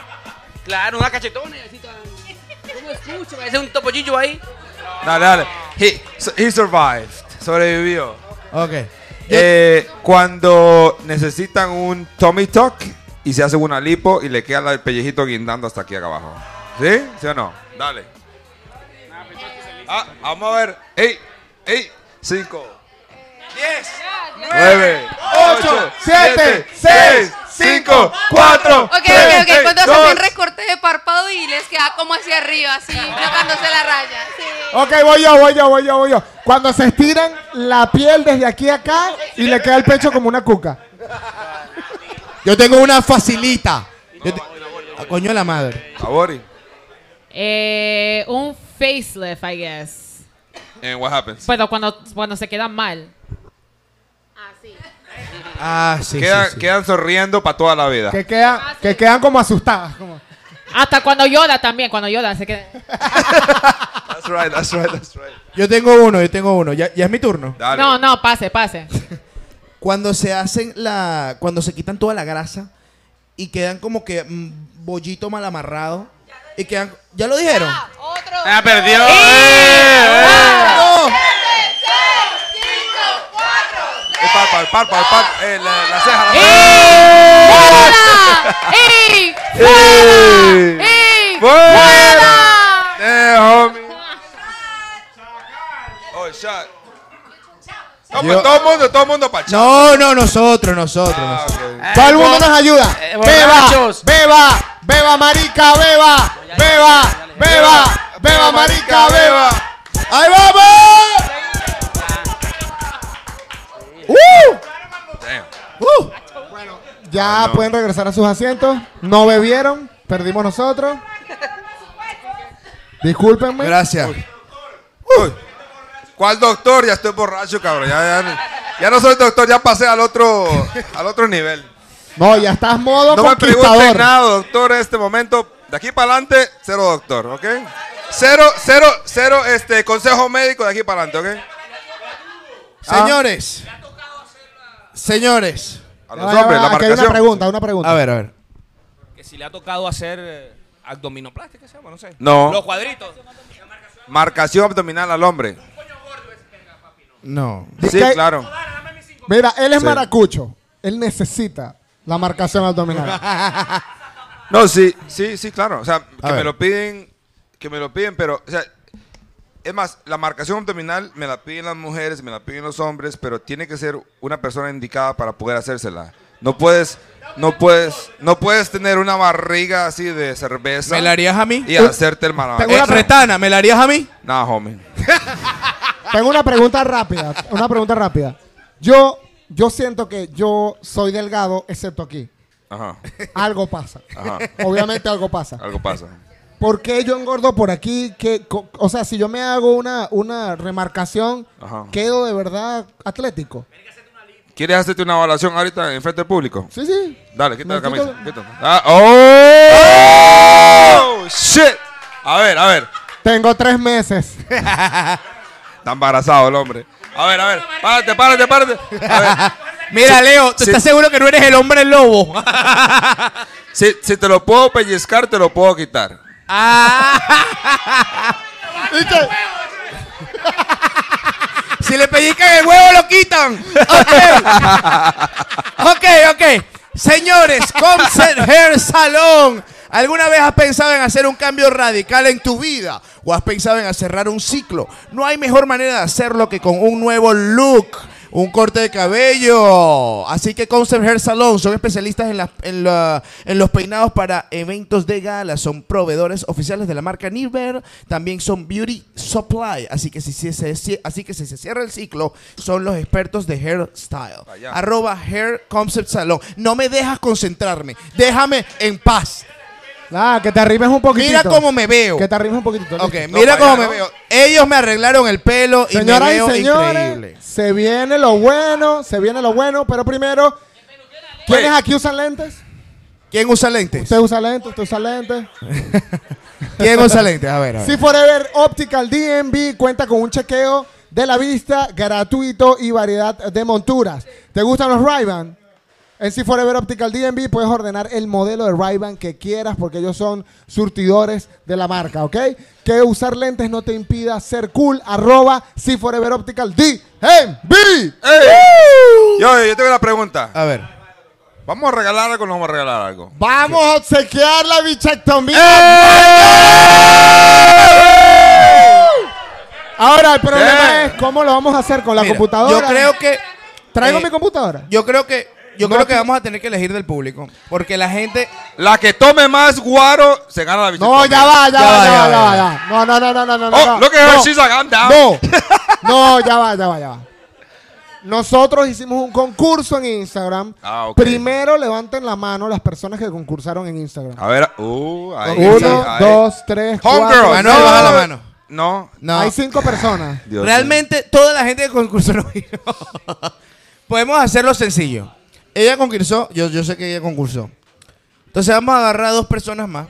Claro, una cachetona. y así toda- ¿Cómo escucho? Parece un topollillo ahí.
Dale, dale. He, so- he survived. Sobrevivió.
Ok.
Eh, cuando necesitan un tummy tuck y se hace una lipo y le queda la- el pellejito guindando hasta aquí acá abajo. ¿Sí? ¿Sí o no? Dale. Ah, vamos a ver. ¡Ey! ¡Ey! Cinco. Diez. Nueve. Ocho. Siete. Seis. Cinco. Cuatro.
Ok,
tres,
ok, ok.
tres,
Cuando se
dos.
hacen recorte de párpado y les queda como hacia arriba, así,
Ah.
tocándose la raya. Sí.
Ok, voy yo, voy yo, voy yo, voy yo. Cuando se estiran la piel desde aquí a acá y le queda el pecho como una cuca.
Yo tengo una facilita. Yo te- Ah, coño de la madre.
Abori.
Eh, un facelift, I guess.
And Eh, what happens?
Pero cuando, cuando se quedan mal.
Ah, sí,
quedan,
sí, sí.
quedan sonriendo para toda la vida.
Que, queda, que quedan como asustadas. como-
Hasta cuando llora también, cuando llora se queda.
That's right, that's right, that's right.
Yo tengo uno, yo tengo uno. Ya, ya es mi turno.
No, no, pase, pase.
Cuando se hacen la. Cuando se quitan toda la grasa y quedan como que mm, bollito mal amarrado. Y quedan. ¿Ya lo dijeron?
Ah, perdió.
¡Eh!
¡Eh! ¡No!
El párpado, el párpado, el párpado. Eh, la, la ceja, la
¡Ey! ¡Eh!
ceja.
¡Ey!
¡Fuera! Eh, homie. Oh, shot. No, pues
Yo-
todo el mundo, todo el mundo para
No, no, nosotros, nosotros. nosotros.
Todo el mundo nos ayuda.
Eh,
Beba,
borrachos.
beba, beba, marica, beba, beba, beba, beba, marica, beba.
¡Ahí vamos! ¡Uh! ¡Uh!
Ah,
Ya pueden regresar a sus asientos. No bebieron, perdimos nosotros. Discúlpenme.
Gracias.
¿Cuál doctor? Ya estoy borracho, cabrón. Ya, ya, ya no soy doctor, ya pasé al otro, al otro nivel.
No, ya estás modo
No me pregunten
conquistador.
nada, doctor, en este momento. De aquí para adelante, cero doctor, ¿ok? Cero, cero, cero, este, consejo médico de aquí para adelante, ¿ok?
Señores. Señores.
A
los hombres, la Aquí hay una marcación. pregunta, una pregunta.
A ver, a ver.
Que si le ha tocado hacer eh, abdominoplástica, se llama, no sé.
No.
Los cuadritos.
Marcación abdominal al hombre.
No.
Sí,
que-
claro.
Mira, él es
Sí.
maracucho. Él necesita la marcación abdominal.
No, sí, sí, sí, claro. O sea, que
ver.
me lo piden, que me lo piden, pero, o sea, es más, la marcación abdominal me la piden las mujeres, me la piden los hombres, pero tiene que ser una persona indicada para poder hacérsela. No puedes, no puedes, no puedes tener una barriga así de cerveza.
¿Me la harías a mí?
Y hacerte el
Eh,
maravilla.
retana, ¿me la harías a mí?
No, homie.
Tengo una pregunta rápida. Una pregunta rápida. Yo, yo siento que yo soy delgado, excepto aquí.
Ajá.
Algo pasa.
Ajá.
Obviamente algo pasa.
Algo pasa.
¿Por qué yo engordo por aquí? ¿Qué co- o sea, si yo me hago una, una remarcación,
Ajá.
quedo de verdad atlético.
¿Quieres hacerte una evaluación ahorita en frente al público?
Sí, sí.
Dale, quita
Me
la camisa.
quito-
quita. Ah, ¡Oh! ¡Shit! A ver, a ver.
Tengo tres meses.
Está embarazado el hombre. A ver, a ver. Párate, párate, párate. A ver.
Mira, Leo, ¿tú estás seguro que no eres el hombre lobo?
Si, si te lo puedo pellizcar, te lo puedo quitar.
Ah.
¿Y qué?
Si le pellizcan el huevo, lo quitan. Ok. Ok, ok. Señores, Concert Hair Salon. ¿Alguna vez has pensado en hacer un cambio radical en tu vida? ¿O has pensado en cerrar un ciclo? No hay mejor manera de hacerlo que con un nuevo look. Un corte de cabello. Así que Concept Hair Salon son especialistas en, las- en la- en los peinados para eventos de gala. Son proveedores oficiales de la marca Niver. También son Beauty Supply. Así que si, se- se- así que si se cierra el ciclo, son los expertos de hairstyle.
Allá.
Arroba Hair Concept Salon. No me dejas concentrarme. Déjame en paz.
Ah, que te arrimes un poquito.
Mira cómo me veo.
Que te arrimes un poquitito.
Ok,
listo.
mira cómo me veo. Ellos me arreglaron el pelo y
Señoras
me
y
veo
señores,
increíble.
se viene lo bueno, se viene lo bueno, pero primero, ¿quiénes
Pues,
aquí usan lentes?
¿Quién usa lentes?
Usted usa lentes, usted usa lentes.
¿Quién usa lentes? A ver, a ver.
Si Forever Optical DMV cuenta con un chequeo de la vista gratuito y variedad de monturas. ¿Te gustan los Ray-Ban? En Si Forever Optical DMV puedes ordenar el modelo de Ray-Ban que quieras porque ellos son surtidores de la marca, ¿ok? Que usar lentes no te impida ser cool. Arroba Si Forever Optical DMV.
¡Ey! Yo, yo tengo una pregunta.
A ver.
¿Vamos a regalar algo o no vamos a regalar algo?
Vamos a obsequiar la bichectomía. Ahora, el problema es cómo lo vamos a hacer con la
Mira,
computadora.
Yo creo que.
¿Traigo
eh,
mi computadora?
Yo creo que. Yo
No,
creo que
tú-
vamos a tener que elegir del público. Porque la gente.
La que tome más guaro se gana la bicicleta.
No, ya va, ya,
Ya
va,
va,
ya
ya
va, ya
va,
va, ya va. No, no, no, no, no, no.
Oh,
no,
look at her,
no.
she's like, I'm down.
No, no, ya va, ya va, ya va. Nosotros hicimos un concurso en Instagram.
Ah, ok.
Primero levanten la mano las personas que concursaron en Instagram.
A ver, uh, ahí,
Uno,
ahí.
dos, tres, cuatro.
Homegirl. ah,
Manuel,
seis.
baja la mano.
No.
No.
Hay cinco personas.
Dios
Realmente toda la gente que concursó no vino. Podemos hacerlo sencillo. Ella concursó, yo, yo sé que ella concursó. Entonces vamos a agarrar a dos personas más.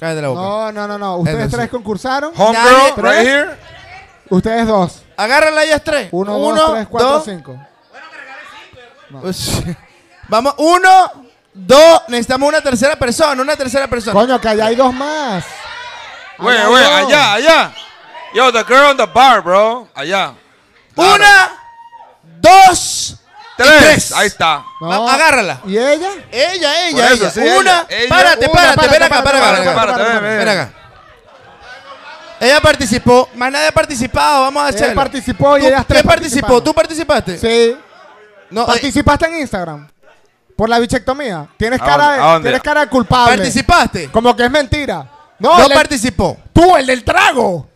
Cállate la boca.
No, no, no, no. Ustedes
Entonces-
tres concursaron.
Homegirl,
Nadie-
right
tres.
here.
Ustedes dos.
Agárrala ellas tres.
Uno, dos, tres, cuatro,
dos.
cinco.
Ush. Vamos, uno, dos. Necesitamos una tercera persona, una tercera persona.
Coño, que allá hay dos más.
Güey,
Allá
güey,
hay dos.
allá, allá. Yo, the girl on the bar, bro. Allá. Claro.
Una, dos, y
Tres.
tres.
Ahí está.
No.
Vamos, agárrala.
¿Y ella?
Ella,
Por
ella,
eso,
ella.
sí,
una,
ella, ella.
párate,
Una,
párate,
párate,
ven acá,
párate,
para acá,
párate,
ven acá.
Párate, ven, ven.
Ven acá. Ella participó, más nadie ha participado, vamos a
Él
hacerlo.
participó y
¿Tú-
ellas tres.
¿Quién participó?
participaron.
¿Tú participaste?
Sí.
No, eh,
¿Participaste en Instagram? Por la bichectomía. Tienes
¿A
cara
dónde? ¿A
de,
dónde?
tienes cara de culpable.
¿Participaste?
Como que es mentira. No,
No
le-
participó.
tú, el del trago.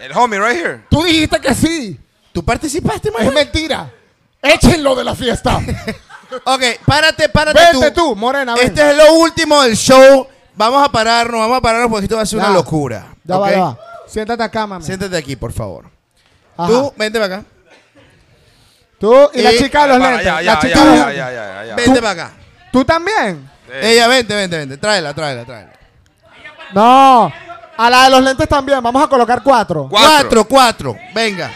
El homie, right here.
Tú dijiste que sí.
¿Tú participaste,
Es
Manuel?
mentira. Échenlo de la fiesta.
Ok, párate, párate
Vete tú, Morena. ven.
Este es lo último del show. Vamos a pararnos, vamos a pararnos porque esto va a ser
Ya.
una locura.
Este-
Ya va,
¿ok?
ya va. Siéntate acá, mami.
Siéntate aquí, por favor.
Ajá.
Tú, vente para acá.
Tú y la
Y-
chica de los
Para,
lentes.
allá,
la
allá,
chica de los
allá,
lentes.
allá, allá, allá.
Vente para acá.
¿Tú también?
Ella, vente, vente, vente. Tráela, tráela, tráela.
No. A la de los lentes también. Vamos a colocar cuatro.
Cuatro, cuatro. Venga.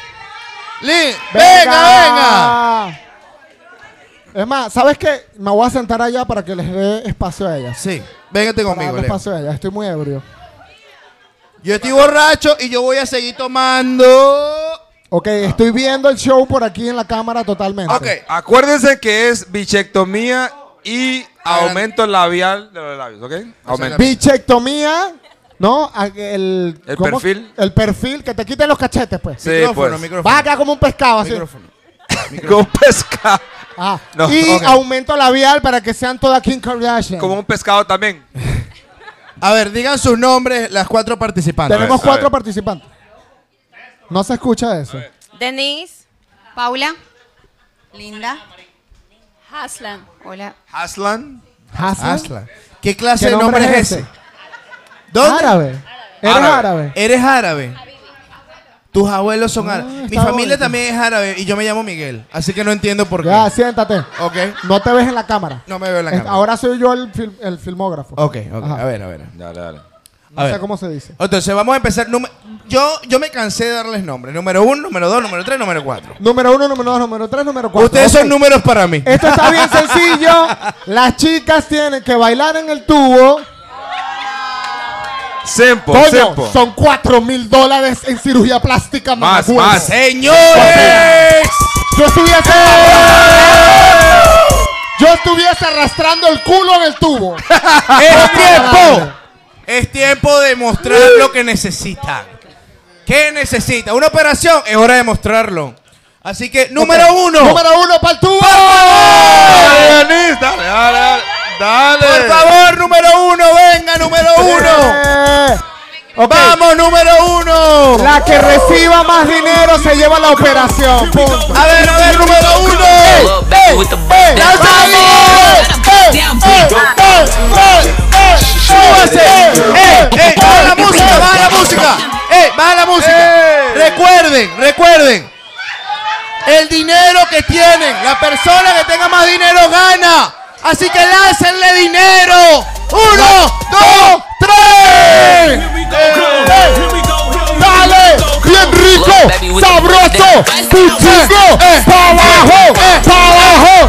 Lin, venga, venga.
Es más, ¿sabes qué? Me voy a sentar allá para que les dé espacio a ellas.
Sí, véngate
Para
conmigo,
darle
Leo.
espacio a ellas. Estoy muy ebrio.
Yo estoy borracho y yo voy a seguir tomando.
Ok, estoy viendo el show por aquí en la cámara totalmente.
Ok.
Acuérdense que es bichectomía y aumento labial de los labios, ¿ok? Aumento.
Bichectomía, ¿no? A- El,
El
¿cómo?
perfil.
El perfil, que te quiten los cachetes, pues.
Sí,
micrófono,
pues.
micrófono.
Vas a quedar como un pescado así.
micrófono.
Como un pescado.
Ah,
No,
y
ok.
aumento labial para que sean todas Kim Kardashian.
Como un pescado también.
A ver, digan sus nombres, las cuatro participantes.
Tenemos
A ver, a
cuatro
ver.
participantes. No se escucha eso.
Denise. Paula. Linda. Haslan. Hola.
Aslan.
Hassan.
Aslan. ¿Qué clase
¿Qué
de nombre
nombre
es
es
ese? ¿Dónde?
Árabe. Eres árabe.
Eres árabe. Tus abuelos son árabes. Mi
Ah, está
familia
bonito.
también es árabe y yo me llamo Miguel. Así que no entiendo por qué.
Ya, siéntate.
Ok.
No te ves en la cámara.
No me veo en la
Es-
cámara.
Ahora soy yo el, fil- el filmógrafo.
Ok, ok.
Ajá.
A ver, a ver.
Dale, dale.
No sé cómo se dice.
Entonces, vamos a empezar. Número- Yo, yo me cansé de darles nombres. Número uno, número dos, número tres, número cuatro.
Número uno, número dos, número tres, número cuatro.
Ustedes
Ok.
son números para mí.
Esto está bien sencillo. Las chicas tienen que bailar en el tubo.
Sempo,
Coño,
sempo.
son 4 mil dólares en cirugía plástica.
Más,
mamagüey.
más.
¡Señores!
Yo estuviese. Yo estuviese arrastrando el culo en el tubo.
¡Es tiempo! Es tiempo de mostrar lo que necesitan. ¿Qué necesita? Una operación, es hora de mostrarlo. Así que, número
Ok.
uno.
Número uno para el tubo.
Dale, Denise, dale, dale, dale.
Por favor, número uno, venga, número uno.
Eh, ok.
Vamos, número uno.
La que reciba más dinero se lleva la operación. punto.
A ver, a ver, número uno. ¡Súbase! ¡Eh, eh! ¡Baja la música! ¡Baja la música! ¡Eh! ¡Baja la música! Recuerden, recuerden. El dinero que tienen, la persona que tenga más dinero gana. Así que láncenle dinero. ¡Uno, dos, tres!
Dale, bien rico, sabroso, cuchillo, pa' abajo, pa' abajo,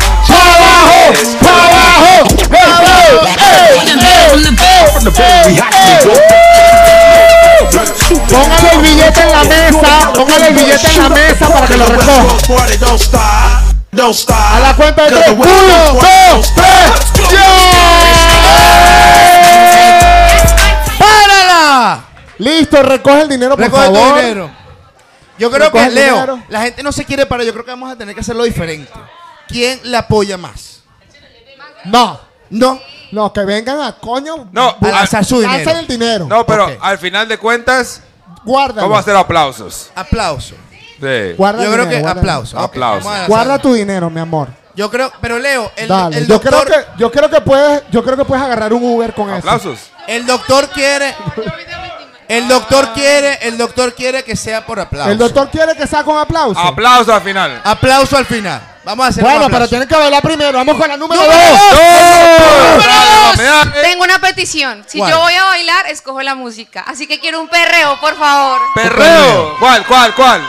pa' abajo, pa' abajo, Póngale el billete en la mesa, póngale el billete en la mesa para que lo recoja. A la cuenta de tres, uno, dos, tres, ¡Yeah!
¡Párala!
Listo, recoge el dinero, por
Recoge tu
favor.
dinero. Yo creo
Recoge
que,
el
Leo,
dinero.
la gente no se quiere parar. Yo creo que vamos a tener que hacerlo diferente. ¿Quién la apoya más?
No,
No,
no, que vengan a coño.
No,
a lanzar su
Lanzan
dinero.
el dinero.
No, pero
Ok.
al final de cuentas,
Guárdalo.
vamos a hacer aplausos.
Aplauso.
Sí.
Guarda
Yo
el
creo
dinero,
que
guarda el
aplauso. Ok, vamos
Aplauso.
a
dinero.
lanzar.
Guarda tu dinero, mi amor.
Yo creo, pero Leo, el,
Dale.
el
yo,
doctor,
creo que, yo creo que puedes, yo creo que puedes agarrar un Uber con eso.
Aplausos.
el doctor quiere, el doctor quiere, el doctor quiere que sea por aplauso.
El doctor quiere que saque un aplauso.
Aplausos al final.
Aplauso al final. Vamos a hacer un
bueno, pero
aplauso.
tienen que bailar primero. Vamos con la número
¡Número
dos.
Tengo una petición. Si
¿Cuál?
yo voy a bailar, escojo la música. Así que quiero un perreo, por favor.
Perreo. ¿Cuál, cuál, cuál?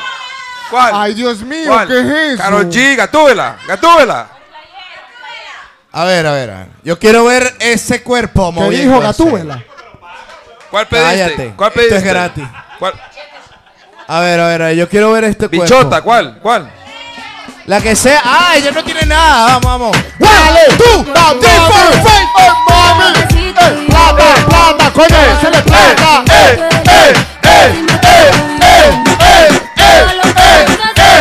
¿Cuál?
Ay, Dios mío,
¿Cuál?
¿qué es eso?
Karol G, Gatúbela, Gatúbela.
A ver, a ver, a ver. Yo quiero ver ese cuerpo
¿Qué
moviendo.
dijo Gatúbela?
¿Cuál pediste?
Cállate,
¿Cuál
esto es
pediste?
gratis.
¿Cuál?
A ver, a ver, a ver. Yo quiero ver este cuerpo.
Bichota, ¿cuál? ¿Cuál?
La que sea. Ah, ella no tiene nada. Vamos, vamos.
Dale, tú, la mami. Eh, Plata, plata, coño, se le plata. Eh, eh, eh, eh, eh, eh, eh, eh, eh,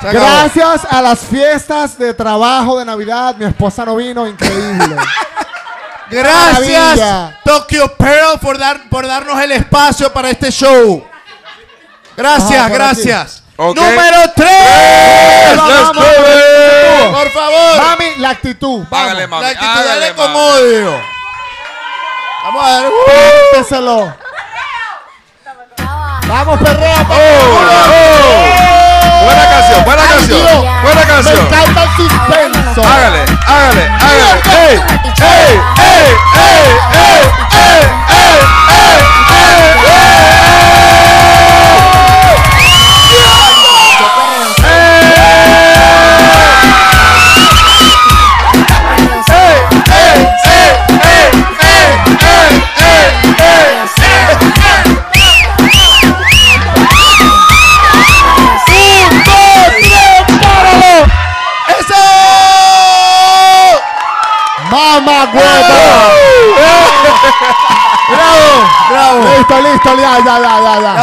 Se acabó.
Gracias a las fiestas de trabajo de Navidad, mi esposa no vino, increíble.
Gracias,
Maravilla.
Tokyo Pearl, por, dar, por darnos el espacio para este show. Gracias,
Ah, por
gracias.
Ok.
Número 3.
Vamos,
Let's
vamos,
go,
vamos.
Por favor.
Mami, la actitud.
Págale, mami.
La actitud
hágale,
dale con
mami.
odio. Vamos a dar.
Pénselo. Vamos, perrea,
Oh,
vamos.
Buena canción, buena
Ay,
canción.
Dios.
Buena
oh,
Me
canción.
encanta el suspenso.
Ah,
Hágale, hágale, hágale. ¡Ey! ¡Ey! ¡Ey! ¡Ey! ¡Ey! ¡Ey! ¡Ey! ¡Ey!
¡Páralo!
oh. Ya
ya, ya, ya, ya, ya.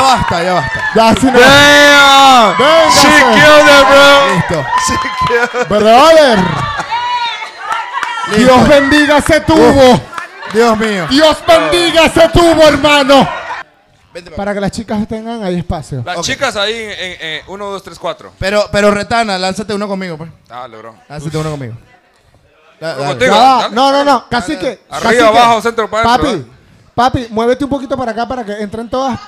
basta, ya basta.
Ya, si no.
Damn.
Véngase.
She killed it, bro. Listo.
Brother. Dios bendiga ese tubo.
Dios mío.
Dios bendiga ese tubo, hermano. Para que las chicas tengan ahí espacio.
Las chicas ahí en 1, 2, 3, 4.
Pero, pero retana, lánzate uno conmigo, pues.
Dale, bro.
Lánzate uno conmigo. Da-
Como
dale.
te digo,
Ya va.
dale,
no, no, no. Cacique.
Arriba,
cacique.
abajo, centro, para adentro,
Papi, papi, muévete un poquito para acá para que entren todas.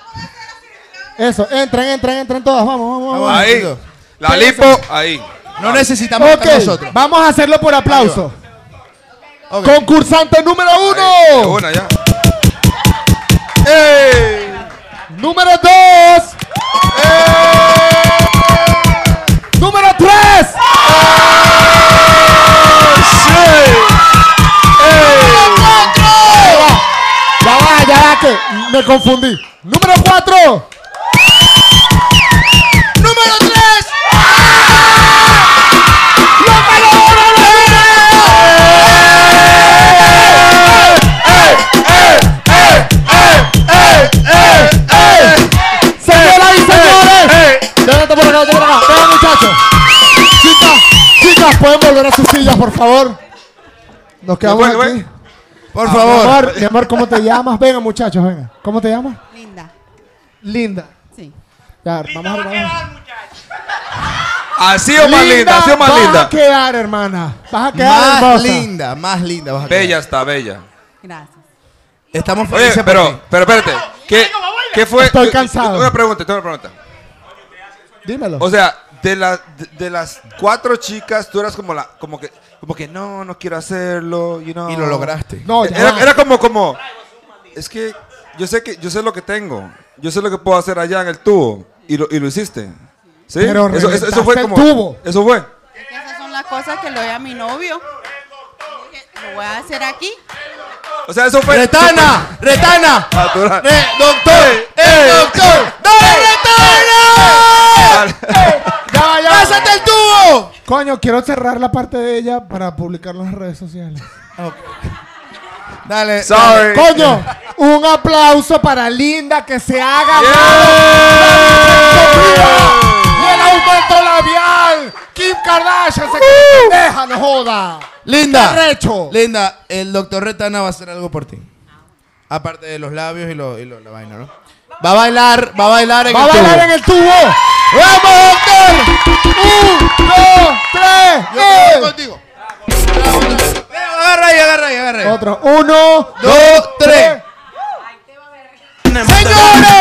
Eso, entren, entren, entren todas. Vamos, vamos, vamos.
Ahí. La
Pégase.
lipo, ahí.
No necesitamos
Ok,
estar nosotros.
vamos a hacerlo por aplauso. Concursante número uno.
De una ya.
¡Ey! Número dos.
¡Eh!
Número tres. Número cuatro. Ya va, ya va, que me confundí. Número cuatro.
Número 3.
Señoras y señores. Déjate por acá, déjate por acá. Venga, muchachos. Chicas, chicas, pueden volver a sus sillas, por favor. Nos quedamos
Bueno,
aquí.
Por
Ah,
favor.
Mi amor, mi amor, ¿cómo te llamas? Venga, muchachos, venga. ¿Cómo te llamas?
Linda.
Linda.
Sí.
Ya, vamos a ver.
Así o más linda, así o más
Vas
linda.
a quedar, hermana. Vas a quedar
Más
hermosa.
linda, más linda. vas a quedar.
Bella está, bella.
Gracias.
Estamos
Oye,
felices por ti.
pero, pero espérate. ¿Qué, qué fue?
Estoy
yo- yo-
cansado.
Una pregunta, tengo una pregunta.
Dímelo.
O sea, de, la- de, de las cuatro chicas, tú eras como la, como que, como que no, no quiero hacerlo, you know.
Y lo lograste.
No, ya
era,
va.
era como, como, es que yo sé que, yo sé lo que tengo, yo sé lo que puedo hacer allá en el tubo y lo, y lo hiciste. ¿Sí?
Pero
eso, eso- eso
reventaste
fue
el
como,
tubo.
eso fue.
Esas son las cosas que le doy a mi novio. Lo voy a hacer aquí.
O sea, eso fue.
Retana, retana.
Natural.
Eh,
Re- doctor, el doctor. ¡Dale, retana!
Ya, va, ya. va.
¡Pásate el tubo!
Coño, quiero cerrar la parte de ella para publicarlo en las redes sociales.
Dale. dale.
Sorry.
Coño, un aplauso para Linda que se haga. ¡Y el aumento labial! ¡Kim Kardashian se
Uh.
pendeja, no joda!
Linda.
¡Qué arrecho!
Linda, el doctor Retana va a hacer algo por ti. Aparte de los labios y, lo- y lo- la vaina, ¿no? Va a bailar, va a bailar en
¡Va a
el tubo.
bailar en el tubo!
¡Vamos, doctor!
¡Un, dos, tres!
Yo estoy
eh.
contigo. Agarra ahí, agarra ahí, agarra ahí.
Otro. Uno,
Dos, tres.
¡Señores!